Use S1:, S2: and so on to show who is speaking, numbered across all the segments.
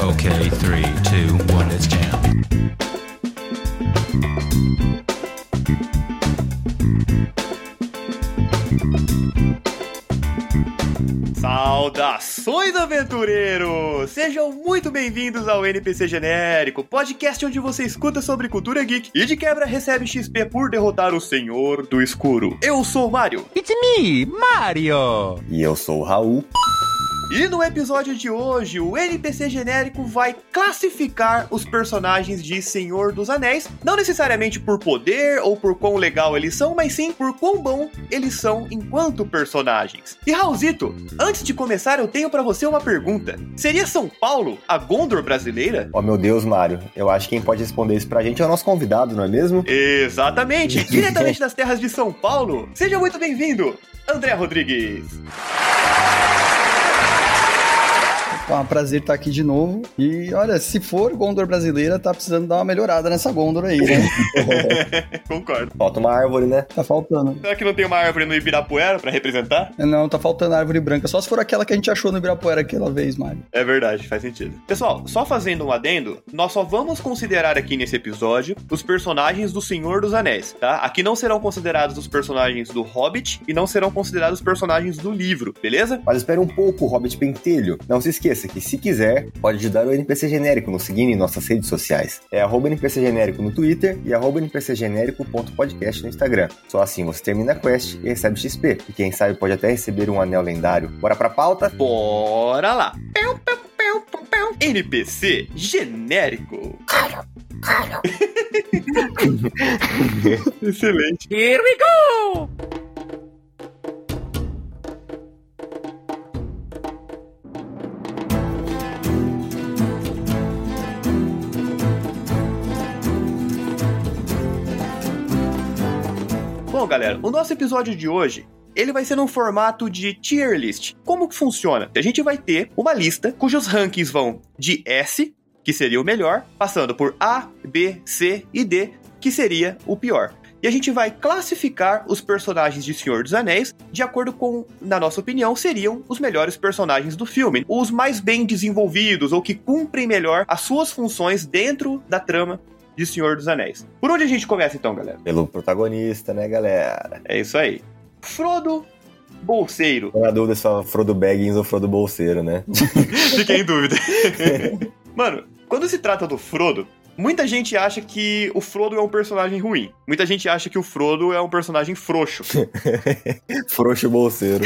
S1: Say three, two, one, let's jam.
S2: Saudações, aventureiros! Sejam muito bem-vindos ao NPC Genérico, podcast onde você escuta sobre cultura geek e de quebra recebe XP por derrotar o Senhor do Escuro. Eu sou o Mario.
S1: It's me, Mario!
S3: E eu sou o Raul.
S2: E no episódio de hoje, o NPC genérico vai classificar os personagens de Senhor dos Anéis, não necessariamente por poder ou por quão legal eles são, mas sim por quão bom eles são enquanto personagens. E Raulzito, antes de começar, eu tenho pra você uma pergunta. Seria São Paulo a Gondor brasileira?
S3: Oh, meu Deus, Mário. Eu acho que quem pode responder isso pra gente é o nosso convidado, não é mesmo?
S2: Exatamente! Diretamente das terras de São Paulo, seja muito bem-vindo, André Rodrigues!
S4: É um prazer estar aqui de novo. E olha, se for Gondor brasileira, tá precisando dar uma melhorada nessa Gondor aí, né?
S2: Concordo.
S3: Falta uma árvore, né?
S4: Tá faltando.
S2: Será que não tem uma árvore no Ibirapuera pra representar?
S4: Não, tá faltando árvore branca. Só se for aquela que a gente achou no Ibirapuera aquela vez, Mário.
S2: É verdade, faz sentido. Pessoal, só fazendo um adendo, nós só vamos considerar aqui nesse episódio os personagens do Senhor dos Anéis, tá? Aqui não serão considerados os personagens do Hobbit e não serão considerados os personagens do livro, beleza?
S3: Mas espera um pouco, Hobbit Pentelho. Não se esqueça que, se quiser, pode ajudar o NPC Genérico nos seguindo em nossas redes sociais. É arroba NPC Genérico no Twitter e arroba npcgenérico.podcast no Instagram. Só assim você termina a quest e recebe XP. E quem sabe pode até receber um anel lendário. Bora pra pauta?
S2: Bora lá! Peu, peu, peu, peu, peu. NPC genérico. Excelente.
S1: Here we go!
S2: Bom, galera, o nosso episódio de hoje ele vai ser num formato de tier list. Como que funciona? A gente vai ter uma lista cujos rankings vão de S, que seria o melhor, passando por A, B, C e D, que seria o pior. E a gente vai classificar os personagens de Senhor dos Anéis de acordo com, na nossa opinião, seriam os melhores personagens do filme, os mais bem desenvolvidos ou que cumprem melhor as suas funções dentro da trama de Senhor dos Anéis. Por onde a gente começa então, galera?
S3: Pelo protagonista, né, galera?
S2: É isso aí. Frodo Bolseiro.
S3: Tô na dúvida se fala Frodo Baggins ou Frodo Bolseiro, né?
S2: Fiquei em dúvida. Mano, quando se trata do Frodo, muita gente acha que o Frodo é um personagem ruim. Muita gente acha que o Frodo é um personagem frouxo.
S3: Frouxo Bolseiro.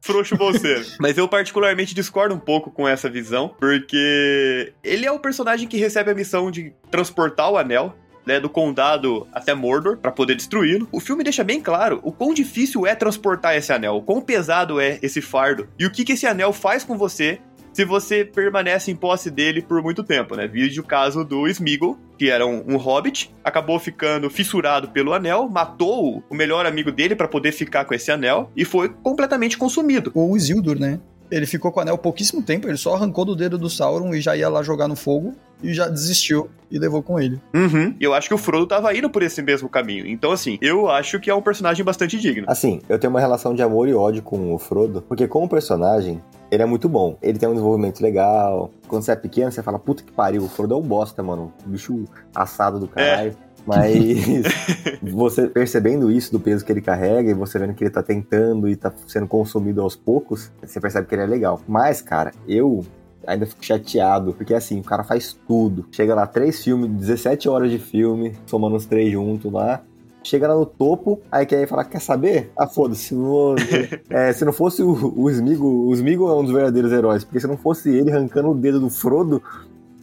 S2: Frouxo bolseiro. Mas eu particularmente discordo um pouco com essa visão, porque ele é o personagem que recebe a missão de transportar o anel. Né, do condado até Mordor pra poder destruí-lo. O filme deixa bem claro o quão difícil é transportar esse anel, o quão pesado é esse fardo e o que, que esse anel faz com você se você permanece em posse dele por muito tempo, né? Vídeo o caso do Smeagol, que era um, um hobbit, acabou ficando fissurado pelo anel, matou o melhor amigo dele pra poder ficar com esse anel e foi completamente consumido.
S4: Ou o Isildur, né? Ele ficou com o anel pouquíssimo tempo, ele só arrancou do dedo do Sauron e já ia lá jogar no fogo e já desistiu e levou com ele.
S2: Uhum. Eu acho que o Frodo tava indo por esse mesmo caminho. Então, assim, eu acho que é um personagem bastante digno.
S3: Assim, eu tenho uma relação de amor e ódio com o Frodo, porque como personagem, ele é muito bom. Ele tem um desenvolvimento legal. Quando você é pequeno, você fala, puta que pariu, o Frodo é um bosta, mano. Bicho assado do caralho. Mas você percebendo isso do peso que ele carrega e você vendo que ele tá tentando e tá sendo consumido aos poucos, você percebe que ele é legal. Mas, cara, eu ainda fico chateado, porque assim, o cara faz tudo. Chega lá, três filmes, 17 horas de filme, somando os três juntos lá. Chega lá no topo, aí quer falar, quer saber? Ah, foda-se. não- é, se não fosse o, o Smigo, o Smigo é um dos verdadeiros heróis, porque se não fosse ele arrancando o dedo do Frodo,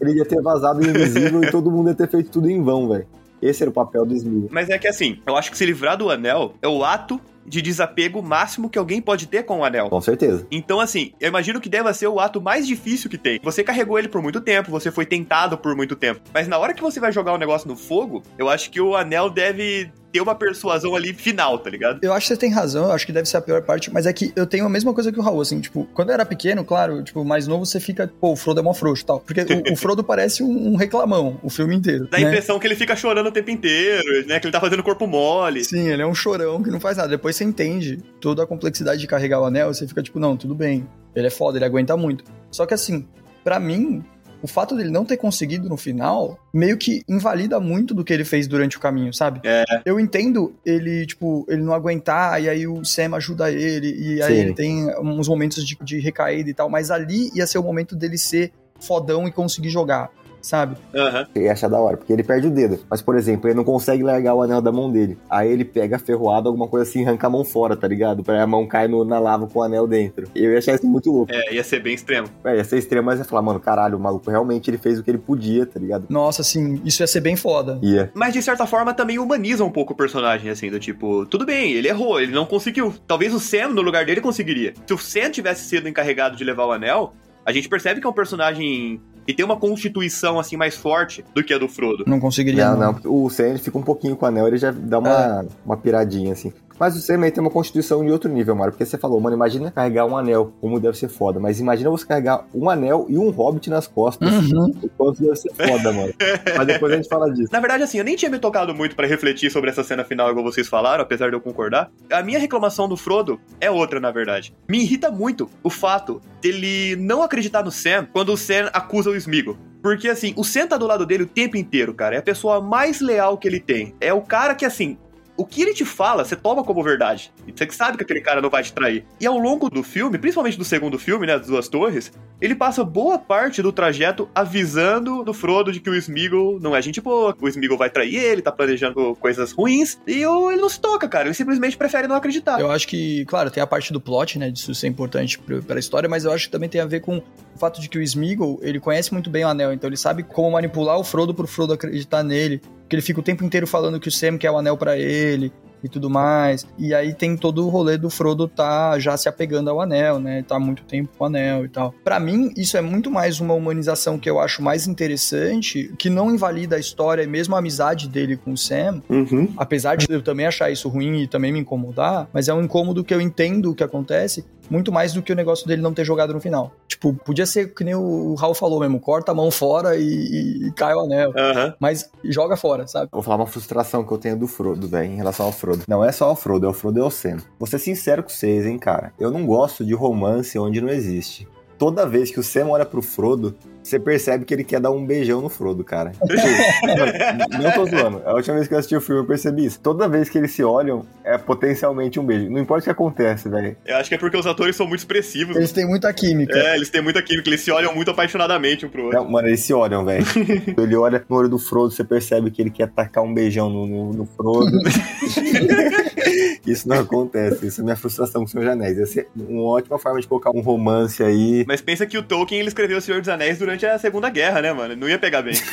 S3: ele ia ter vazado invisível e todo mundo ia ter feito tudo em vão, velho. Esse era o papel do Smigo.
S2: Mas é que assim, eu acho que se livrar do anel é o ato de desapego máximo que alguém pode ter com o anel.
S3: Com certeza.
S2: Então, assim, eu imagino que deva ser o ato mais difícil que tem. Você carregou ele por muito tempo, você foi tentado por muito tempo. Mas na hora que você vai jogar o negócio no fogo, eu acho que o anel deve ter uma persuasão ali final, tá ligado?
S4: Eu acho que você tem razão, eu acho que deve ser a pior parte, mas é que eu tenho a mesma coisa que o Raul, assim, tipo, quando eu era pequeno, claro, tipo, mais novo você fica, pô, o Frodo é mó frouxo e tal. Porque o, o Frodo parece um, um reclamão o filme inteiro.
S2: Dá a
S4: né?
S2: impressão que ele fica chorando o tempo inteiro, né? Que ele tá fazendo corpo mole.
S4: Sim, ele é um chorão que não faz nada. Depois você entende toda a complexidade de carregar o anel, você fica tipo, não, tudo bem. Ele é foda, ele aguenta muito. Só que assim, pra mim, o fato dele não ter conseguido no final meio que invalida muito do que ele fez durante o caminho, sabe?
S2: É.
S4: Eu entendo ele, tipo, ele não aguentar e aí o Sam ajuda ele e aí
S3: Sim.
S4: ele tem uns momentos de, de recaída e tal, mas ali ia ser o momento dele ser fodão e conseguir jogar, sabe?
S2: Aham.
S3: Eu ia achar da hora, porque ele perde o dedo. Mas, por exemplo, ele não consegue largar o anel da mão dele. Aí ele pega ferroado, alguma coisa assim, arranca a mão fora, tá ligado? Pra a mão cair no- na lava com o anel dentro. Eu ia achar isso muito louco.
S2: É, ia ser bem extremo.
S3: É, ia ser extremo, mas ia falar, mano, caralho, o maluco realmente ele fez o que ele podia, tá ligado?
S4: Nossa, assim, isso ia ser bem foda.
S3: Ia.
S2: Mas de certa forma também humaniza um pouco o personagem, assim, do tipo, tudo bem, ele errou, ele não conseguiu. Talvez o Sam, no lugar dele, conseguiria. Se o Sam tivesse sido encarregado de levar o anel, a gente percebe que é um personagem que tem uma constituição, assim, mais forte do que a do Frodo.
S4: Não conseguiria.
S3: Não, não, porque o Sam ele fica um pouquinho com o anel, ele já dá uma, uma piradinha assim. Mas o Sam aí tem uma constituição de outro nível, Mário, porque você falou, mano, imagina carregar um anel, como deve ser foda, mas imagina você carregar um anel e um hobbit nas costas,
S4: Uhum.
S3: o quanto deve ser foda, mano. Mas depois a gente fala disso.
S2: Na verdade, assim, eu nem tinha me tocado muito pra refletir sobre essa cena final, igual vocês falaram, apesar de eu concordar. A minha reclamação do Frodo é outra, na verdade. Me irrita muito o fato dele não acreditar no Sam quando o Sam acusa o Smigo. Porque, assim, o Sam tá do lado dele o tempo inteiro, cara. É a pessoa mais leal que ele tem. É o cara que, assim, o que ele te fala, você toma como verdade. E Você que sabe que aquele cara não vai te trair. E ao longo do filme, principalmente do segundo filme, né, das Duas Torres, ele passa boa parte do trajeto avisando do Frodo de que o Smeagol não é gente boa, que o Smeagol vai trair ele, tá planejando coisas ruins, e o- ele não se toca, cara. Ele simplesmente prefere não acreditar.
S4: Eu acho que, claro, tem a parte do plot, né, disso ser importante pro- pra história, mas eu acho que também tem a ver com o fato de que o Smeagol, ele conhece muito bem o anel, então ele sabe como manipular o Frodo pro Frodo acreditar nele, porque ele fica o tempo inteiro falando que o Sam quer o anel pra ele e tudo mais. E aí tem todo o rolê do Frodo tá já se apegando ao anel, né? Tá há muito tempo com o anel e tal. Pra mim, isso é muito mais uma humanização que eu acho mais interessante, que não invalida a história e mesmo a amizade dele com o Sam,
S2: Uhum.
S4: apesar de eu também achar isso ruim e também me incomodar, mas é um incômodo que eu entendo o que acontece muito mais do que o negócio dele não ter jogado no final. Tipo, podia ser que nem o Raul falou mesmo, corta a mão fora e, e- e cai o anel.
S2: Aham.
S4: Mas joga fora, sabe?
S3: Vou falar uma frustração que eu tenho do Frodo, velho, em relação ao Frodo. Não é só ao Frodo, é o Frodo e ao Sam. Vou ser sincero com vocês, hein, cara. Eu não gosto de romance onde não existe. Toda vez que o Sam olha pro Frodo, você percebe que ele quer dar um beijão no Frodo, cara. Tipo, Mano, não tô zoando. A última vez que eu assisti o filme, eu percebi isso. Toda vez que eles se olham, é potencialmente um beijo. Não importa o que acontece, velho.
S2: Eu acho que é porque os atores são muito expressivos.
S4: Eles têm muita química.
S2: É, eles têm muita química, eles se olham muito apaixonadamente um pro outro.
S3: Não, mano, eles se olham, velho. ele olha no olho do Frodo, você percebe que ele quer tacar um beijão no, no- no Frodo. isso não acontece. Isso é minha frustração com o Senhor dos Anéis. Essa é uma ótima forma de colocar um romance aí.
S2: Mas pensa que o Tolkien ele escreveu O Senhor dos Anéis durante a Segunda Guerra, né, mano? Não ia pegar bem.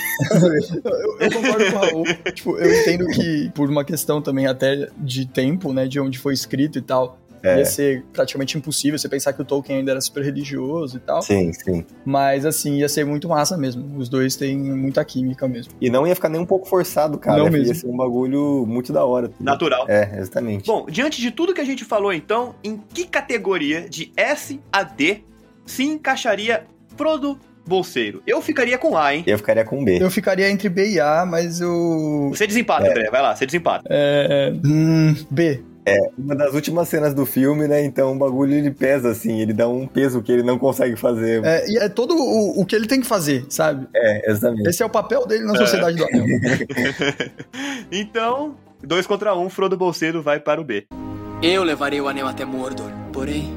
S4: Eu, eu concordo com o Raul. Tipo, eu entendo que por uma questão também até de tempo, né, de onde foi escrito e tal,
S3: É.
S4: ia ser praticamente impossível você pensar que o Tolkien ainda era super religioso e tal.
S3: Sim, sim.
S4: Mas assim, ia ser muito massa mesmo. Os dois têm muita química mesmo.
S3: E não ia ficar nem um pouco forçado, cara.
S4: Não
S3: ia
S4: mesmo.
S3: ser um bagulho muito da hora.
S2: Natural.
S3: É, exatamente.
S2: Bom, diante de tudo que a gente falou, então, em que categoria de S a D se encaixaria Frodo Bolseiro? Eu ficaria com A, hein?
S3: Eu ficaria com B.
S4: Eu ficaria entre B e A, mas o.
S2: Você desempata, André. Vai lá, você desempata.
S4: É, hum, B.
S3: Uma das últimas cenas do filme, né? Então o bagulho ele pesa, assim. Ele dá um peso que ele não consegue fazer.
S4: É, e é todo o, o que ele tem que fazer, sabe?
S3: É, exatamente.
S4: Esse é o papel dele na sociedade do anel.
S2: então, dois contra um, Frodo Bolseiro vai para o B.
S5: Eu levarei o anel até Mordor, porém.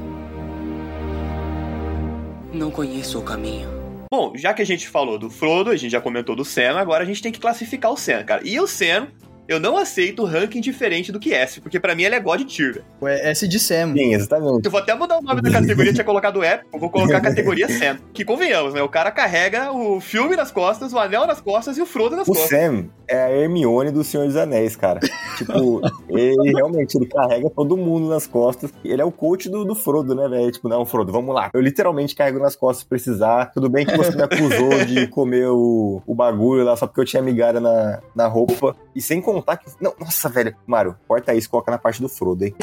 S5: Não conheço o caminho.
S2: Bom, já que a gente falou do Frodo, a gente já comentou do Sam, agora a gente tem que classificar o Sam, cara. E o Sam, eu não aceito ranking diferente do que S, porque pra mim ele é God tier, velho.
S4: É S de Sam.
S3: Sim, exatamente.
S2: Eu vou até mudar o nome da categoria, tinha colocado épico, eu vou colocar a categoria Sam. Que convenhamos, né? O cara carrega o filme nas costas, o anel nas costas e o Frodo nas
S3: O
S2: costas.
S3: Sam é a Hermione do Senhor dos Anéis, cara. tipo, ele realmente ele carrega todo mundo nas costas. Ele é o coach do, do Frodo, né, velho? Tipo, não, Frodo, vamos lá. Eu literalmente carrego nas costas se precisar. Tudo bem que você me acusou de comer o, o bagulho lá só porque eu tinha migalha na, na roupa. E sem contar que. Não, nossa, velho. Mário, corta isso, coloca na parte do Frodo, hein?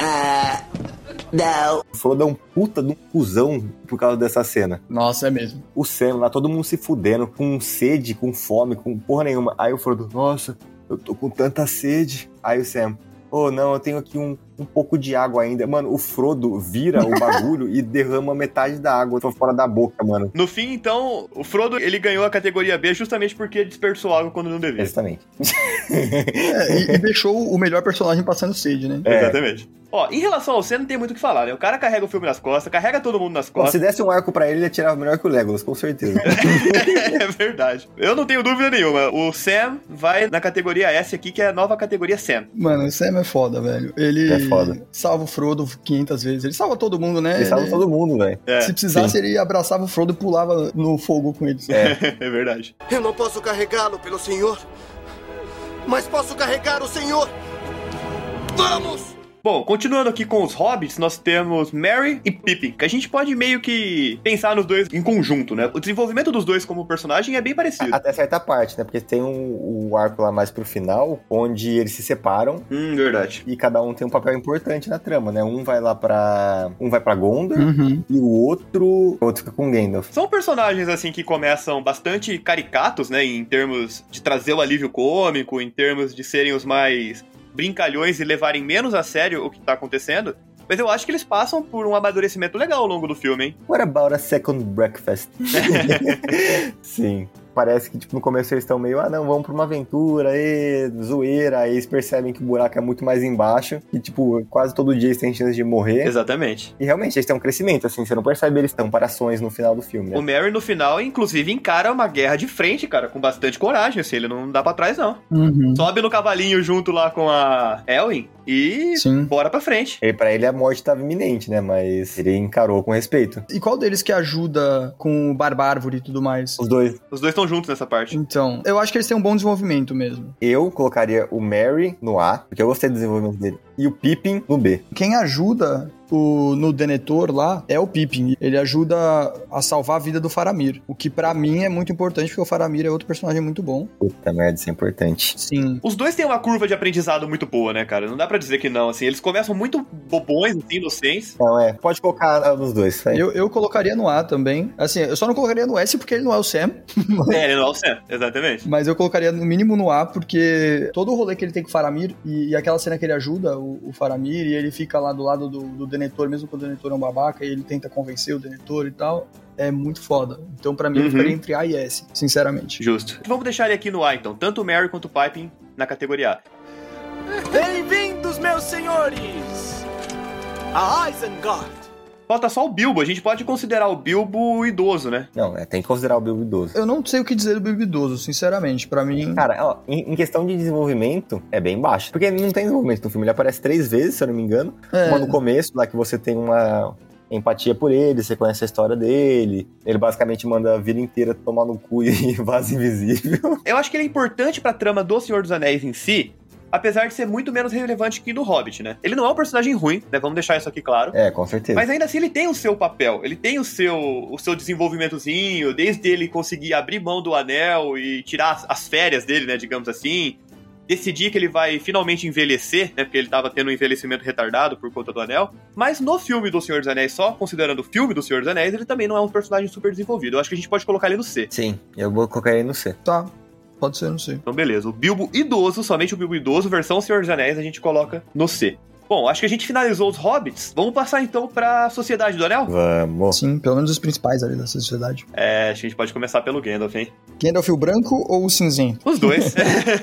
S5: Não.
S3: O Frodo é um puta de um cuzão por causa dessa cena.
S4: Nossa, é mesmo.
S3: o Sam lá, todo mundo se fudendo, com sede, com fome, com porra nenhuma. Aí o Frodo, nossa, eu tô com tanta sede. Aí o Sam, ô não, eu tenho aqui um, um pouco de água ainda. Mano, o Frodo vira o bagulho e derrama metade da água pra fora da boca, mano.
S2: No fim, então, o Frodo ele ganhou a categoria B justamente porque dispersou água quando não devia.
S3: Exatamente.
S4: É, e, e deixou o melhor personagem passando sede, né?
S3: É.
S2: Exatamente. Ó, em relação ao Senna, não tem muito o que falar, né? O cara carrega o filme nas costas, carrega todo mundo nas
S3: Bom,
S2: costas.
S3: se desse um arco pra ele, ele atirava melhor que o Legolas, com certeza.
S2: é verdade. Eu não tenho dúvida nenhuma. O Sam vai na categoria S aqui, que é a nova categoria Sam.
S4: Mano, o Sam é foda, velho. Ele
S3: É foda.
S4: salva o Frodo 500 vezes. Ele salva todo mundo, né?
S3: Ele salva todo mundo, velho.
S2: É,
S4: Se precisasse, ele abraçava o Frodo e pulava no fogo com ele.
S2: é verdade.
S6: Eu não posso carregá-lo pelo senhor, mas posso carregar o senhor. Vamos!
S2: Bom, continuando aqui com os hobbits, nós temos Mary e Pippin, que a gente pode meio que pensar nos dois em conjunto, né? O desenvolvimento dos dois como personagem é bem parecido.
S3: Até certa parte, né? Porque tem um, o arco lá mais pro final, onde eles se separam
S2: Hum, verdade.
S3: e cada um tem um papel importante na trama, né? Um vai lá pra. Um vai pra Gondor
S4: Uhum.
S3: e o outro. O outro fica com Gandalf.
S2: São personagens, assim, que começam bastante caricatos, né? Em termos de trazer o alívio cômico, em termos de serem os mais brincalhões e levarem menos a sério o que tá acontecendo. Mas eu acho que eles passam por um amadurecimento legal ao longo do filme, hein?
S3: What about a second breakfast? Sim. Parece que, tipo, no começo eles estão meio, ah, não, vamos pra uma aventura, e zoeira, aí eles percebem que o buraco é muito mais embaixo, e, tipo, quase todo dia eles têm chance de morrer.
S2: Exatamente.
S3: E realmente, eles têm um crescimento, assim, você não percebe eles estão para ações no final do filme, né?
S2: O Mary, no final, inclusive, encara uma guerra de frente, cara, com bastante coragem, assim, ele não dá pra trás, não.
S4: Uhum.
S2: Sobe no cavalinho junto lá com a Elwin e
S4: Sim.
S2: bora pra frente.
S3: Ele, pra ele a morte estava iminente, né? Mas ele encarou com respeito.
S4: E qual deles que ajuda com o Barbárvore e tudo mais?
S3: Os dois.
S2: Os dois estão juntos nessa parte.
S4: Então, eu acho que eles têm um bom desenvolvimento mesmo.
S3: Eu colocaria o Mary no A, porque eu gostei do desenvolvimento dele, e o Pippin no B.
S4: Quem ajuda o, no Denetor lá é o Pippin. Ele ajuda a salvar a vida do Faramir. O que pra mim é muito importante, porque o Faramir é outro personagem muito bom.
S3: Puta merda, isso é importante.
S4: Sim.
S2: Os dois têm uma curva de aprendizado muito boa, né, cara? Não dá pra dizer que não, assim. Eles começam muito bobões, assim, inocentes.
S3: Então, é, pode colocar ah, nos dois, vai.
S4: Eu, eu colocaria no A também. Assim, eu só não colocaria no S porque ele não é o Sam.
S2: É, ele não é o Sam, exatamente.
S4: Mas eu colocaria no mínimo no A, porque todo o rolê que ele tem com o Faramir e, e aquela cena que ele ajuda o, o Faramir e ele fica lá do lado do, do Denethor, mesmo que o Denethor é um babaca e ele tenta convencer o Denethor e tal, é muito foda. Então pra mim
S2: Uhum.
S4: eu ficaria entre A e S, sinceramente.
S2: Justo. Vamos deixar ele aqui no A, então. Tanto o Mary quanto o Piping na categoria A.
S6: Bem-vindos, meus senhores, a Isengard.
S2: Falta só o Bilbo. A gente pode considerar o Bilbo idoso, né?
S3: Não, é, tem que considerar o Bilbo idoso.
S4: Eu não sei o que dizer do Bebidoso, sinceramente. Pra mim,
S3: Cara, ó, em, em questão de desenvolvimento, é bem baixo. Porque não tem desenvolvimento no filme. Ele aparece três vezes, se eu não me engano.
S4: É.
S3: Uma no começo, lá que você tem uma empatia por ele, você conhece a história dele. Ele basicamente manda a vida inteira tomar no cu e vaza invisível.
S2: Eu acho que ele é importante pra trama do Senhor dos Anéis em si, apesar de ser muito menos relevante que do Hobbit, né? Ele não é um personagem ruim, né? Vamos deixar isso aqui claro.
S3: É, com certeza.
S2: Mas ainda assim ele tem o seu papel, ele tem o seu, o seu desenvolvimentozinho, desde ele conseguir abrir mão do anel e tirar as, as férias dele, né, digamos assim, decidir que ele vai finalmente envelhecer, né, porque ele tava tendo um envelhecimento retardado por conta do anel. Mas no filme do Senhor dos Anéis só, considerando o filme do Senhor dos Anéis, ele também não é um personagem super desenvolvido. Eu acho que a gente pode colocar ele no C.
S3: Sim, eu vou colocar ele no C.
S4: tá. Pode ser, não sei.
S2: Então, beleza. O Bilbo idoso, somente o Bilbo idoso, versão Senhor dos Anéis, a gente coloca no C. Bom, acho que a gente finalizou os Hobbits. Vamos passar então pra Sociedade do Anel?
S3: Vamos.
S4: Sim, pelo menos os principais ali da sociedade.
S2: É, acho que a gente pode começar pelo Gandalf, hein?
S4: Gandalf o branco ou o cinzento?
S2: Os dois.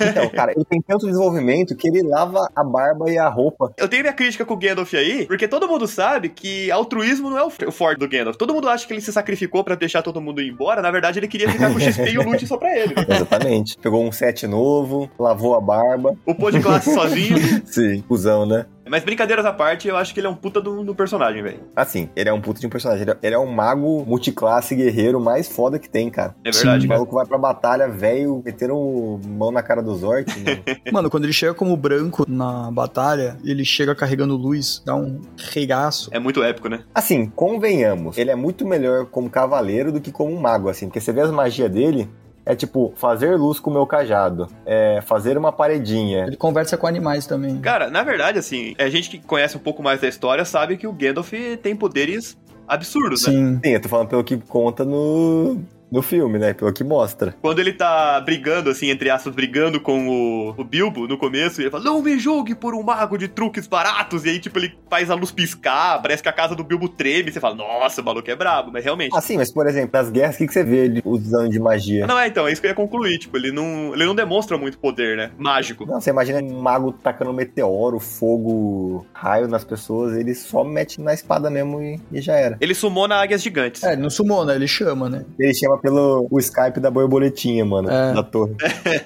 S3: Então, cara, ele tem tanto desenvolvimento que ele lava a barba e a roupa.
S2: Eu tenho minha crítica com o Gandalf aí, porque todo mundo sabe que altruísmo não é o f- o forte do Gandalf. Todo mundo acha que ele se sacrificou pra deixar todo mundo ir embora. Na verdade, ele queria ficar com o XP e o loot só pra ele.
S3: Exatamente. Pegou um set novo, lavou a barba.
S2: O pô de classe sozinho.
S3: Sim. Cusão, né?
S2: Mas brincadeiras à parte, eu acho que ele é um puta do, do personagem, velho.
S3: Assim, ele é um puto de um personagem. Ele é- Ele é um mago multiclasse guerreiro mais foda que tem, cara.
S2: É verdade,
S3: O
S2: cara.
S3: maluco vai pra batalha, velho, meteram mão na cara dos orcs. né? mano.
S4: Mano, quando ele chega como branco na batalha, ele chega carregando luz, dá um regaço.
S2: É muito épico, né?
S3: assim, convenhamos, ele é muito melhor como cavaleiro do que como um mago, assim. Porque você vê as magias dele, é tipo, fazer luz com o meu cajado, é fazer uma paredinha.
S4: É. Ele conversa com animais também.
S2: Cara, na verdade, assim, a gente que conhece um pouco mais da história sabe que o Gandalf tem poderes absurdos, né?
S4: Sim.
S3: Sim, eu tô falando pelo que conta no... No filme, né? Pelo que mostra.
S2: Quando ele tá brigando, assim, entre aspas, brigando com o, o Bilbo no começo, ele fala: Não me julgue por um mago de truques baratos. E aí, tipo, ele faz a luz piscar, parece que a casa do Bilbo treme. Você fala: Nossa, o maluco é brabo, mas realmente.
S3: Ah, sim, mas por exemplo, nas guerras, o que, que você vê ele usando de magia?
S2: Não, é, então, é isso que eu ia concluir. Tipo, ele não, ele não demonstra muito poder, né? Mágico.
S3: Não, você imagina um mago tacando meteoro, fogo, raio nas pessoas, ele só mete na espada mesmo e, e já era.
S2: Ele sumou na Águias Gigantes.
S4: É, ele não sumou, né? Ele chama, né?
S3: Ele chama pelo o Skype da borboletinha, mano,
S4: É.
S3: da torre.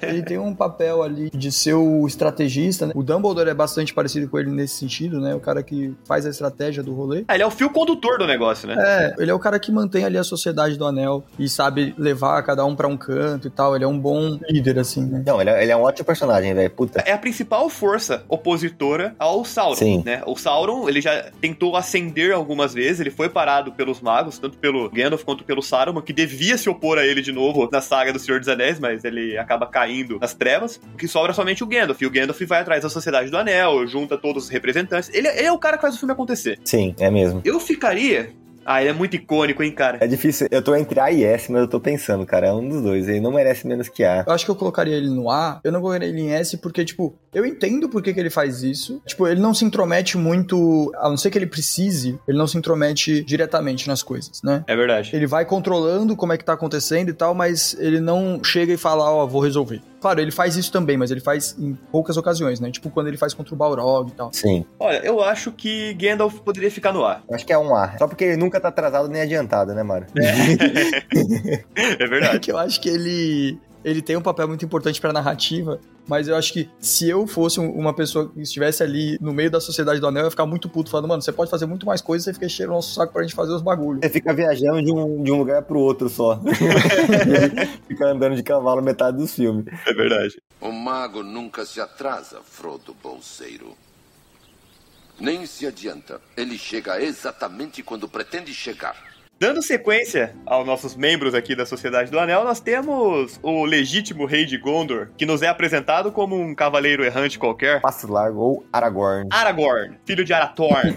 S4: Ele tem um papel ali de ser o estrategista, né? O Dumbledore é bastante parecido com ele nesse sentido, né? O cara que faz a estratégia do rolê.
S2: Ah, ele é o fio condutor do negócio, né?
S4: É, ele é o cara que mantém ali a sociedade do anel e sabe levar cada um pra um canto e tal. Ele é um bom líder, assim, né?
S3: Não, ele é, ele é um ótimo personagem, velho. Puta.
S2: É a principal força opositora ao Sauron,
S3: Sim.
S2: né? O Sauron, ele já tentou ascender algumas vezes, ele foi parado pelos magos, tanto pelo Gandalf quanto pelo Saruman, que devia se opor a ele de novo na saga do Senhor dos Anéis, mas ele acaba caindo nas trevas. O que sobra é somente o Gandalf, e o Gandalf vai atrás da Sociedade do Anel, junta todos os representantes. Ele, ele é o cara que faz o filme acontecer.
S3: Sim, é mesmo.
S2: Eu ficaria... Ah, ele é muito icônico, hein, cara?
S3: É difícil. Eu tô entre A e S, mas eu tô pensando, cara. É um dos dois. Ele não merece menos que A.
S4: Eu acho que eu colocaria ele no A, eu não colocaria ele em S, porque, tipo, eu entendo por que, que ele faz isso. Tipo, ele não se intromete muito, a não ser que ele precise, ele não se intromete diretamente nas coisas, né?
S2: É verdade.
S4: Ele vai controlando como é que tá acontecendo e tal, mas ele não chega e fala, ó, vou resolver. Claro, ele faz isso também, mas ele faz em poucas ocasiões, né? Tipo, quando ele faz contra o Balrog e tal.
S3: Sim.
S2: Olha, eu acho que Gandalf poderia ficar no ar.
S3: Eu acho que é um A. Só porque ele nunca tá atrasado nem adiantado, né, Mário?
S2: É
S4: É
S2: verdade.
S4: que eu acho que ele ele tem um papel muito importante pra narrativa, mas eu acho que se eu fosse um- uma pessoa que estivesse ali no meio da sociedade do anel, eu ia ficar muito puto falando, mano, você pode fazer muito mais coisas, você fica cheio o nosso saco pra gente fazer os bagulhos.
S3: Você fica viajando de um, de um lugar pro outro só. fica andando de cavalo metade dos filmes.
S2: É verdade.
S7: O mago nunca se atrasa, Frodo Bolseiro. Nem se adianta. Ele chega exatamente quando pretende chegar.
S2: Dando sequência aos nossos membros aqui da Sociedade do Anel, nós temos o legítimo rei de Gondor, que nos é apresentado como um cavaleiro errante qualquer,
S3: Passo Largo ou Aragorn.
S2: Aragorn, filho de Arathorn.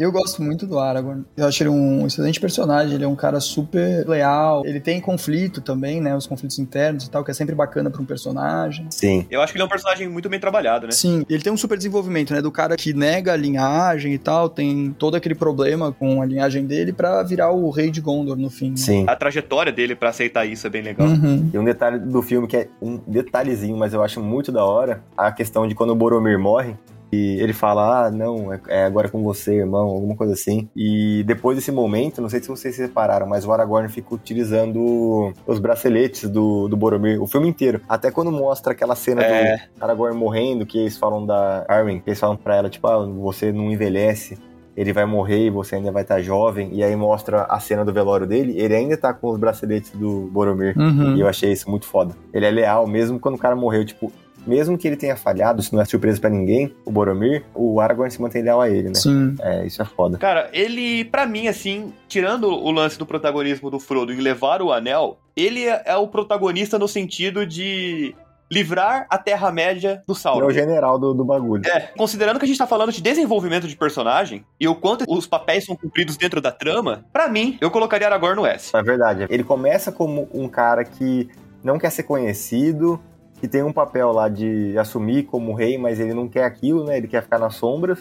S4: Eu gosto muito do Aragorn. Eu acho ele um excelente personagem, ele é um cara super leal. Ele tem conflito também, né? Os conflitos internos e tal, que é sempre bacana pra um personagem.
S3: Sim.
S2: Eu acho que ele é um personagem muito bem trabalhado, né?
S4: Sim, ele tem um super desenvolvimento, né? Do cara que nega a linhagem e tal, tem todo aquele problema com a linhagem dele pra virar o rei de Gondor no fim. né?
S3: Sim.
S2: A trajetória dele pra aceitar isso é bem legal.
S4: Uhum.
S3: E um detalhe do filme que é um detalhezinho, mas eu acho muito da hora, a questão de quando o Boromir morre. E ele fala, ah, não, é- é agora com você, irmão, alguma coisa assim. E depois desse momento, não sei se vocês repararam, mas o Aragorn fica utilizando os braceletes do, do Boromir o filme inteiro. Até quando mostra aquela cena
S2: É.
S3: do Aragorn morrendo, que eles falam da Arwen, que eles falam pra ela, tipo, ah, você não envelhece, ele vai morrer e você ainda vai estar jovem. E aí mostra a cena do velório dele, ele ainda tá com os braceletes do Boromir.
S4: Uhum.
S3: E eu achei isso muito foda. Ele é leal, mesmo quando o cara morreu, tipo, mesmo que ele tenha falhado, isso não é surpresa pra ninguém, o Boromir, o Aragorn se mantém leal a ele, né?
S4: Sim.
S3: É, isso é foda.
S2: Cara, ele, pra mim, assim, tirando o lance do protagonismo do Frodo em levar o anel, ele é é o protagonista no sentido de livrar a Terra-média do
S3: Ele é
S2: Sauron.
S3: o general do, do bagulho.
S2: É, considerando que a gente tá falando de desenvolvimento de personagem e o quanto os papéis são cumpridos dentro da trama, pra mim, eu colocaria Aragorn no S.
S3: É verdade. Ele começa como um cara que não quer ser conhecido, que tem um papel lá de assumir como rei, mas ele não quer aquilo, né? Ele quer ficar nas sombras.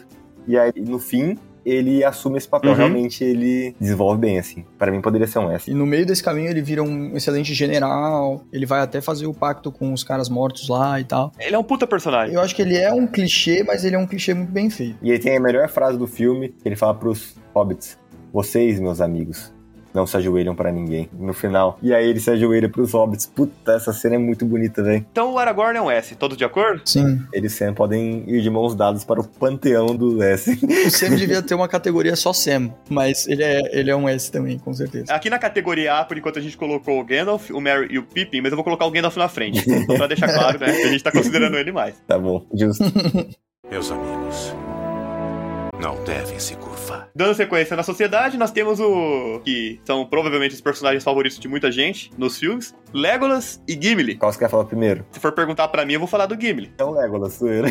S3: E aí, no fim, ele assume esse papel.
S2: Uhum.
S3: Realmente, ele desenvolve bem, assim. Pra mim, poderia ser um S.
S4: E no meio desse caminho ele vira um excelente general, ele vai até fazer o pacto com os caras mortos lá e tal.
S2: Ele é um puta personagem.
S4: Eu acho que ele é um clichê, mas ele é um clichê muito bem feito.
S3: E ele tem a melhor frase do filme, que ele fala pros hobbits: Vocês, meus amigos, não se ajoelham pra ninguém. No final. E aí ele se ajoelha pros hobbits. Puta, essa cena é muito bonita, velho.
S2: Então o Aragorn é um S, todos de acordo?
S4: Sim.
S3: Eles sempre podem ir de mãos dadas para o panteão do S.
S4: O Sam devia ter uma categoria só Sam, mas ele é, ele é um S também, com certeza.
S2: Aqui na categoria A, por enquanto a gente colocou o Gandalf, o Merry e o Pippin, mas eu vou colocar o Gandalf na frente, só pra deixar claro, né, que a gente tá considerando ele mais.
S3: tá bom, justo.
S7: Meus amigos,
S8: Não devem se curvar.
S2: Dando sequência na sociedade, nós temos o. que são provavelmente os personagens favoritos de muita gente nos filmes: Legolas e Gimli.
S3: Qual você quer falar primeiro?
S2: Se for perguntar pra mim, eu vou falar do Gimli.
S3: Então, Legolas, zoeira.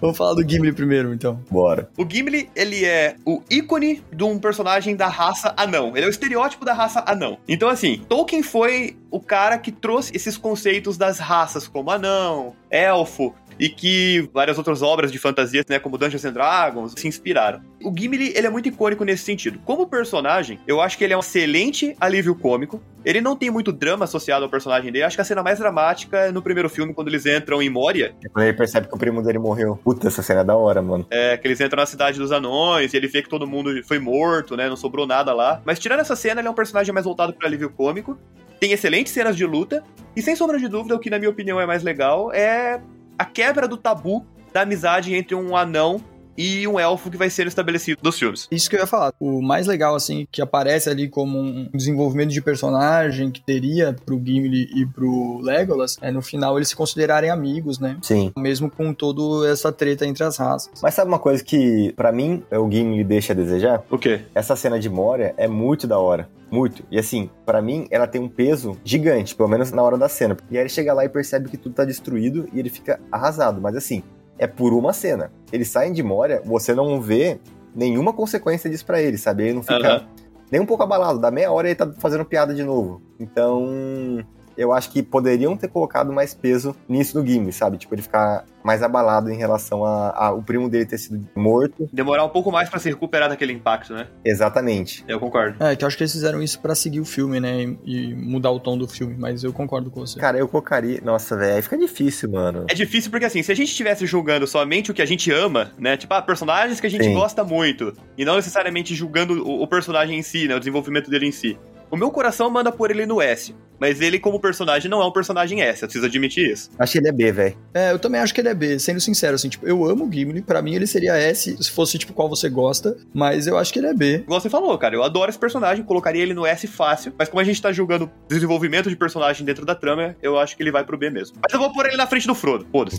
S4: Vamos falar do Gimli primeiro, então.
S3: Bora.
S2: O Gimli, ele é o ícone de um personagem da raça anão. Ele é o estereótipo da raça anão. Então, assim, Tolkien foi o cara que trouxe esses conceitos das raças, como anão, elfo, e que várias outras obras de fantasia, né, como Dungeons and Dragons, se inspiraram. O Gimli, ele é muito icônico nesse sentido. Como personagem, eu acho que ele é um excelente alívio cômico. Ele não tem muito drama associado ao personagem dele. Acho que a cena mais dramática é no primeiro filme, quando eles entram em Moria,
S3: É Quando ele percebe que o primo dele morreu. Puta, essa cena é da hora, mano.
S2: É, que eles entram na cidade dos anões e ele vê que todo mundo foi morto, né? Não sobrou nada lá. Mas tirando essa cena, ele é um personagem mais voltado para alívio cômico. Tem excelentes cenas de luta. E sem sombra de dúvida, o que na minha opinião é mais legal é a quebra do tabu da amizade entre um anão e um elfo que vai ser estabelecido nos filmes.
S4: Isso que eu ia falar. O mais legal, assim, que aparece ali como um desenvolvimento de personagem que teria pro Gimli e pro Legolas, é no final eles se considerarem amigos, né?
S3: Sim.
S4: Mesmo com toda essa treta entre as raças.
S3: Mas sabe uma coisa que, pra mim, é o Gimli deixa a desejar?
S2: O quê?
S3: Essa cena de Moria é muito da hora. Muito. E assim, pra mim, ela tem um peso gigante, pelo menos na hora da cena. E aí ele chega lá e percebe que tudo tá destruído e ele fica arrasado. Mas assim, é por uma cena. Eles saem de Moria, você não vê nenhuma consequência disso pra ele, sabe? Ele não fica
S2: Aham.
S3: nem um pouco abalado. Da meia hora ele tá fazendo piada de novo. Então, eu acho que poderiam ter colocado mais peso nisso do Gimli, sabe? Tipo, ele ficar mais abalado em relação a, a o primo dele ter sido morto.
S2: Demorar um pouco mais pra se recuperar daquele impacto, né?
S3: Exatamente.
S2: Eu concordo.
S4: É, que eu acho que eles fizeram isso pra seguir o filme, né? E, e mudar o tom do filme, mas eu concordo com você.
S3: Cara, eu colocaria. Nossa, velho, aí fica difícil, mano.
S2: É difícil porque, assim, se a gente estivesse julgando somente o que a gente ama, né? Tipo, ah, personagens que a gente
S3: Sim.
S2: gosta muito. E não necessariamente julgando o, o personagem em si, né? O desenvolvimento dele em si. O meu coração manda por ele no S. Mas ele, como personagem, não é um personagem S. Eu preciso admitir isso.
S3: Acho que ele é B, velho.
S4: É, eu também acho que ele é B, sendo sincero, assim, tipo, eu amo o Gimli, pra mim ele seria S, se fosse, tipo, qual você gosta, mas eu acho que ele é B.
S2: Igual você falou, cara. Eu adoro esse personagem, colocaria ele no S fácil. Mas como a gente tá julgando desenvolvimento de personagem dentro da trama, eu acho que ele vai pro B mesmo. Mas eu vou pôr ele na frente do Frodo. Foda-se.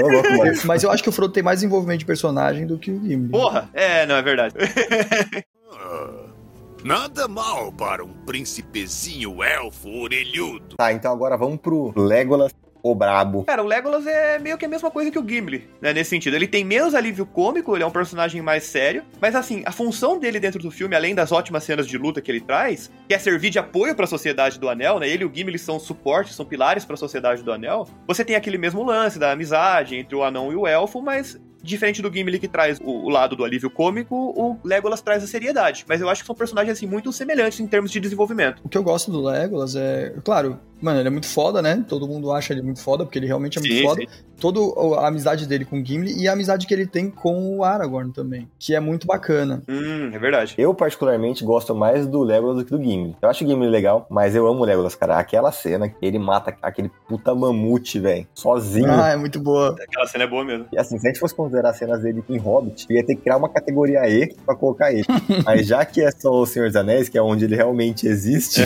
S3: Ô, louco, mano.
S4: Mas eu acho que o Frodo tem mais desenvolvimento de personagem do que o Gimli.
S2: Porra! É, não, é verdade.
S8: Nada mal para um príncipezinho elfo orelhudo.
S3: Tá, então agora vamos pro Legolas, o brabo.
S2: Cara, o Legolas é meio que a mesma coisa que o Gimli, né? Nesse sentido. Ele tem menos alívio cômico, ele é um personagem mais sério. Mas, assim, a função dele dentro do filme, além das ótimas cenas de luta que ele traz, que é servir de apoio pra Sociedade do Anel, né? Ele e o Gimli são suporte, são pilares pra Sociedade do Anel. Você tem aquele mesmo lance da amizade entre o anão e o elfo, mas. Diferente do Gimli que traz o, o lado do alívio cômico, o Legolas traz a seriedade. Mas eu acho que são personagens assim, muito semelhantes em termos de desenvolvimento.
S4: O que eu gosto do Legolas é, claro, mano, ele é muito foda, né? Todo mundo acha ele muito foda, porque ele realmente é muito
S2: Sim,
S4: foda. Toda o- a amizade dele com o Gimli e a amizade que ele tem com o Aragorn também, que é muito bacana.
S2: Hum, é verdade.
S3: Eu, particularmente, gosto mais do Legolas do que do Gimli. Eu acho o Gimli legal, mas eu amo o Legolas, cara. Aquela cena que ele mata aquele puta mamute, velho, sozinho.
S4: Ah, é muito boa.
S2: Aquela cena é boa mesmo.
S3: E assim, se a gente fosse considerar as cenas dele em Hobbit, eu ia ter que criar uma categoria E pra colocar ele. Mas já que é só o Senhor dos Anéis, que é onde ele realmente existe,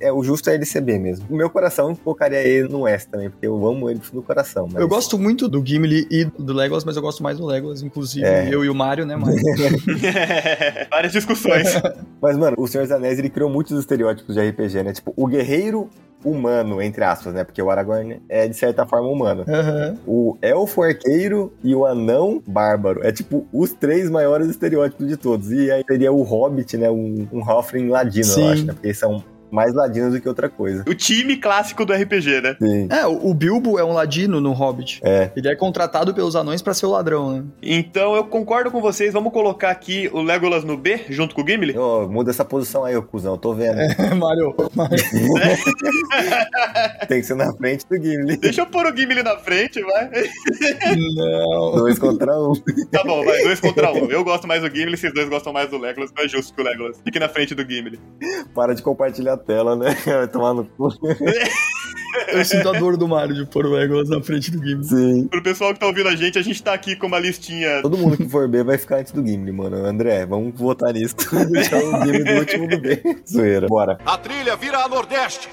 S3: é o justo é ele ser B mesmo. O meu coração colocaria ele no S também, porque eu amo ele no coração. mas-
S4: Eu gosto muito do Gimli e do Legolas, mas eu gosto mais do Legolas, inclusive
S3: É.
S4: eu e o Mario, né, mano?
S2: Várias discussões.
S3: Mas, mano, o Senhor dos Anéis, ele criou muitos estereótipos de RPG, né? Tipo, o guerreiro humano, entre aspas, né? Porque o Aragorn é, de certa forma, humano.
S4: Aham.
S3: O elfo arqueiro e o anão bárbaro. É, tipo, os três maiores estereótipos de todos. E aí seria o hobbit, né? Um, um halfling ladino,
S4: Sim.
S3: eu acho, né? Porque eles são mais ladinos do que outra coisa.
S2: O time clássico do RPG, né?
S3: Sim.
S4: É, o o Bilbo é um ladino no Hobbit.
S3: É.
S4: Ele é contratado pelos anões pra ser o ladrão, né?
S2: Então eu concordo com vocês, vamos colocar aqui o Legolas no B, junto com o Gimli?
S3: Ô, muda essa posição aí, ô cuzão. Tô vendo.
S4: É. Mario, Mario.
S3: Tem que ser na frente do Gimli.
S2: Deixa eu pôr o Gimli na frente, vai.
S4: Não.
S3: Dois contra um.
S2: Tá bom, vai, dois contra um. Eu gosto mais do Gimli, vocês dois gostam mais do Legolas, não é justo que o Legolas fique na frente do Gimli.
S3: Para de compartilhar a tela, né? Vai tomar no cu.
S4: Eu sinto a dor do Mario de pôr o Legolas na frente do Gimli.
S3: Sim.
S2: Pro pessoal que tá ouvindo a gente, a gente tá aqui com uma listinha.
S3: Todo mundo que for B vai ficar antes do Gimli, mano. André, vamos votar nisso. Deixar o Gimli do último do B. Zoeira. Bora.
S8: A trilha vira a nordeste.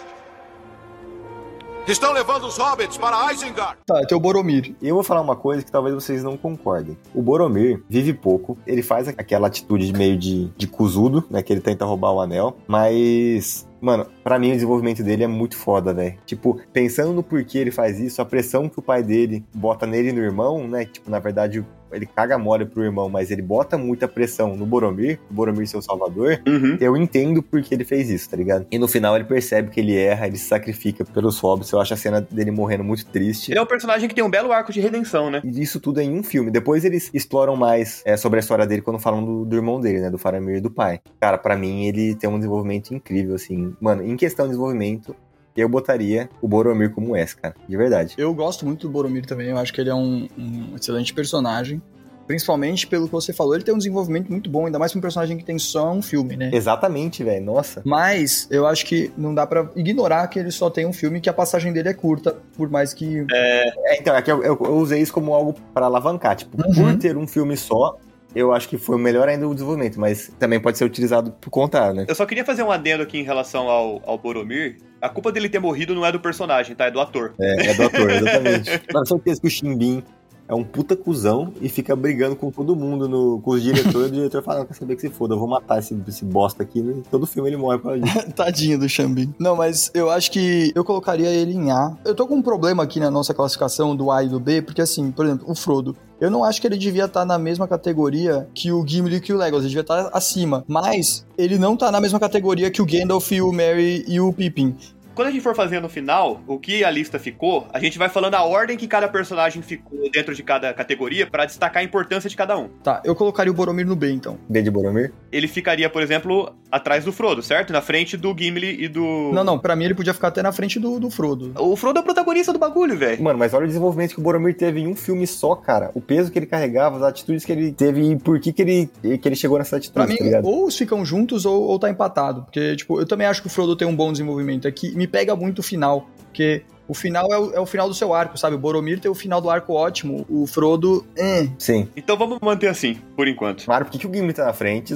S8: Estão levando os hobbits para Isengard!
S4: Tá, tem o Boromir.
S3: E eu vou falar uma coisa que talvez vocês não concordem. O Boromir vive pouco, ele faz aquela atitude de meio de, de cuzudo, né? Que ele tenta roubar o anel, mas. Mano, pra mim o desenvolvimento dele é muito foda, velho. Tipo, pensando no porquê ele faz isso, a pressão que o pai dele bota nele e no irmão, né? Tipo, na verdade, ele caga mole pro irmão, mas ele bota muita pressão no Boromir, o Boromir seu salvador.
S2: Uhum.
S3: Eu entendo porque ele fez isso, tá ligado? E no final ele percebe que ele erra, ele se sacrifica pelos hobbits. Eu acho a cena dele morrendo muito triste.
S2: Ele é um personagem que tem um belo arco de redenção, né?
S3: E isso tudo é em um filme. Depois eles exploram mais é, sobre a história dele quando falam do, do irmão dele, né? Do Faramir e do pai. Cara, pra mim ele tem um desenvolvimento incrível, assim. Mano, em questão de desenvolvimento, eu botaria o Boromir como S, cara. De verdade.
S4: Eu gosto muito do Boromir também, eu acho que ele é um, um excelente personagem. Principalmente pelo que você falou, ele tem um desenvolvimento muito bom, ainda mais pra um personagem que tem só um filme, né?
S3: Exatamente, velho. Nossa.
S4: Mas eu acho que não dá pra ignorar que ele só tem um filme e que a passagem dele é curta, por mais que.
S3: É, então, é que eu, eu- eu usei isso como algo pra alavancar. Tipo,
S4: Uhum.
S3: por ter um filme só, eu acho que foi o melhor ainda o desenvolvimento, mas também pode ser utilizado por contar, né?
S2: Eu só queria fazer um adendo aqui em relação ao, ao Boromir. A culpa dele ter morrido não é do personagem, tá? É do ator.
S3: É, é do ator, exatamente. Mano, certeza que o Chimbim é um puta cuzão e fica brigando com todo mundo, no, com os diretores, e o diretor fala, não, quer saber que se foda, eu vou matar esse, esse bosta aqui, né? Todo filme ele morre pra disso.
S4: Tadinho do Xambim. Não, mas eu acho que eu colocaria ele em A. Eu tô com um problema aqui na nossa classificação do A e do B, porque assim, por exemplo, o Frodo. Eu não acho que ele devia estar na mesma categoria que o Gimli e que o Legolas, ele devia estar acima. Mas ele não tá na mesma categoria que o Gandalf, o Merry e o Pippin.
S2: Quando a gente for fazendo o final, o que a lista ficou, a gente vai falando a ordem que cada personagem ficou dentro de cada categoria pra destacar a importância de cada um.
S4: Tá, eu colocaria o Boromir no B, então.
S3: B de Boromir.
S2: Ele ficaria, por exemplo, atrás do Frodo, certo? Na frente do Gimli e do.
S4: Não, não, pra mim ele podia ficar até na frente do, do Frodo.
S2: O Frodo é o protagonista do bagulho, velho.
S3: Mano, mas olha o desenvolvimento que o Boromir teve em um filme só, cara. O peso que ele carregava, as atitudes que ele teve e por que que ele, que ele chegou nessa atitude,
S4: Pra
S3: tá
S4: mim,
S3: ligado?
S4: ou os ficam juntos ou, ou tá empatado. Porque, tipo, eu também acho que o Frodo tem um bom desenvolvimento. É que me pega muito o final. Porque o final é o, é o final do seu arco, sabe? O Boromir tem o final do arco ótimo. O Frodo. eh.
S3: Sim.
S2: Então vamos manter assim, por enquanto.
S3: Claro, por que, que o Gimli tá na frente?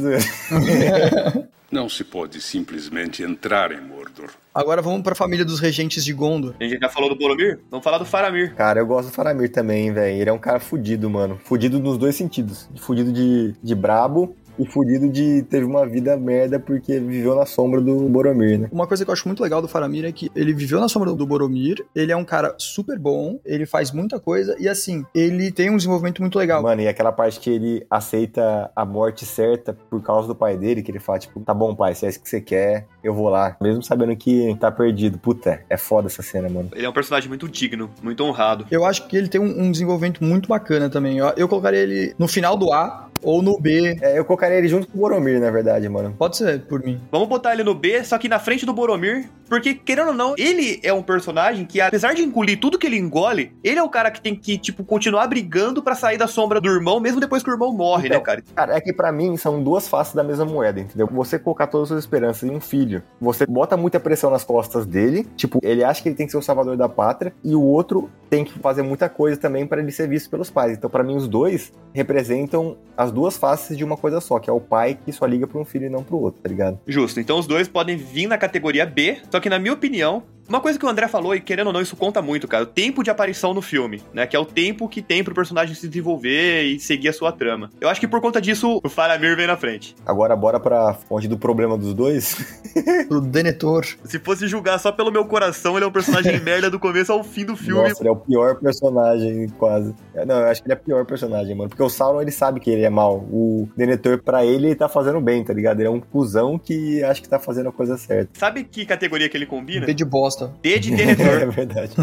S9: Não se pode simplesmente entrar em Mordor.
S4: Agora vamos pra família dos regentes de Gondor.
S2: A gente já falou do Boromir? Vamos falar do Faramir.
S3: Cara, eu gosto do Faramir também, velho. Ele é um cara fudido, mano. Fudido nos dois sentidos. Fudido de, de brabo e fudido de teve uma vida merda porque viveu na sombra do Boromir, né?
S4: Uma coisa que eu acho muito legal do Faramir é que ele viveu na sombra do Boromir, ele é um cara super bom, ele faz muita coisa e assim, ele tem um desenvolvimento muito legal.
S3: Mano, e aquela parte que ele aceita a morte certa por causa do pai dele, que ele fala, tipo, tá bom, pai, se é isso que você quer, eu vou lá. Mesmo sabendo que tá perdido. Puta, é foda essa cena, mano.
S2: Ele é um personagem muito digno, muito honrado.
S4: Eu acho que ele tem um, um desenvolvimento muito bacana também. Eu, eu colocaria ele no final do A ou no B.
S3: É, eu colocaria ele junto com o Boromir, na verdade, mano.
S4: Pode ser por mim.
S2: Vamos botar ele no B, só que na frente do Boromir, porque, querendo ou não, ele é um personagem que, apesar de engolir tudo que ele engole, ele é o cara que tem que, tipo, continuar brigando pra sair da sombra do irmão, mesmo depois que o irmão morre,
S3: Então,
S2: né, cara?
S3: Cara, é que pra mim são duas faces da mesma moeda, entendeu? Você colocar todas as suas esperanças em um filho, você bota muita pressão nas costas dele, tipo, ele acha que ele tem que ser o salvador da pátria, e o outro tem que fazer muita coisa também pra ele ser visto pelos pais. Então, pra mim, os dois representam as duas faces de uma coisa só, que é o pai que só liga pra um filho e não pro outro, tá ligado?
S2: Justo. Então os dois podem vir na categoria B, só que, na minha opinião, uma coisa que o André falou, e querendo ou não, isso conta muito, cara, o tempo de aparição no filme, né? Que é o tempo que tem pro personagem se desenvolver e seguir a sua trama. Eu acho que por conta disso, o Faramir vem na frente.
S3: Agora, bora pra fonte do problema dos dois.
S4: Pro Denetor.
S2: Se fosse julgar só pelo meu coração, ele é um personagem merda do começo ao fim do filme.
S3: Nossa, ele é o pior personagem, quase. É, Não, eu acho que ele é o pior personagem, mano. Porque o Sauron, ele sabe que ele é mal. O Denethor, pra ele, ele tá fazendo bem, tá ligado? Ele é um cuzão que acha que tá fazendo a coisa certa.
S2: Sabe que categoria que ele combina?
S4: B de bosta.
S2: D de
S3: É
S2: Denethor.
S3: verdade.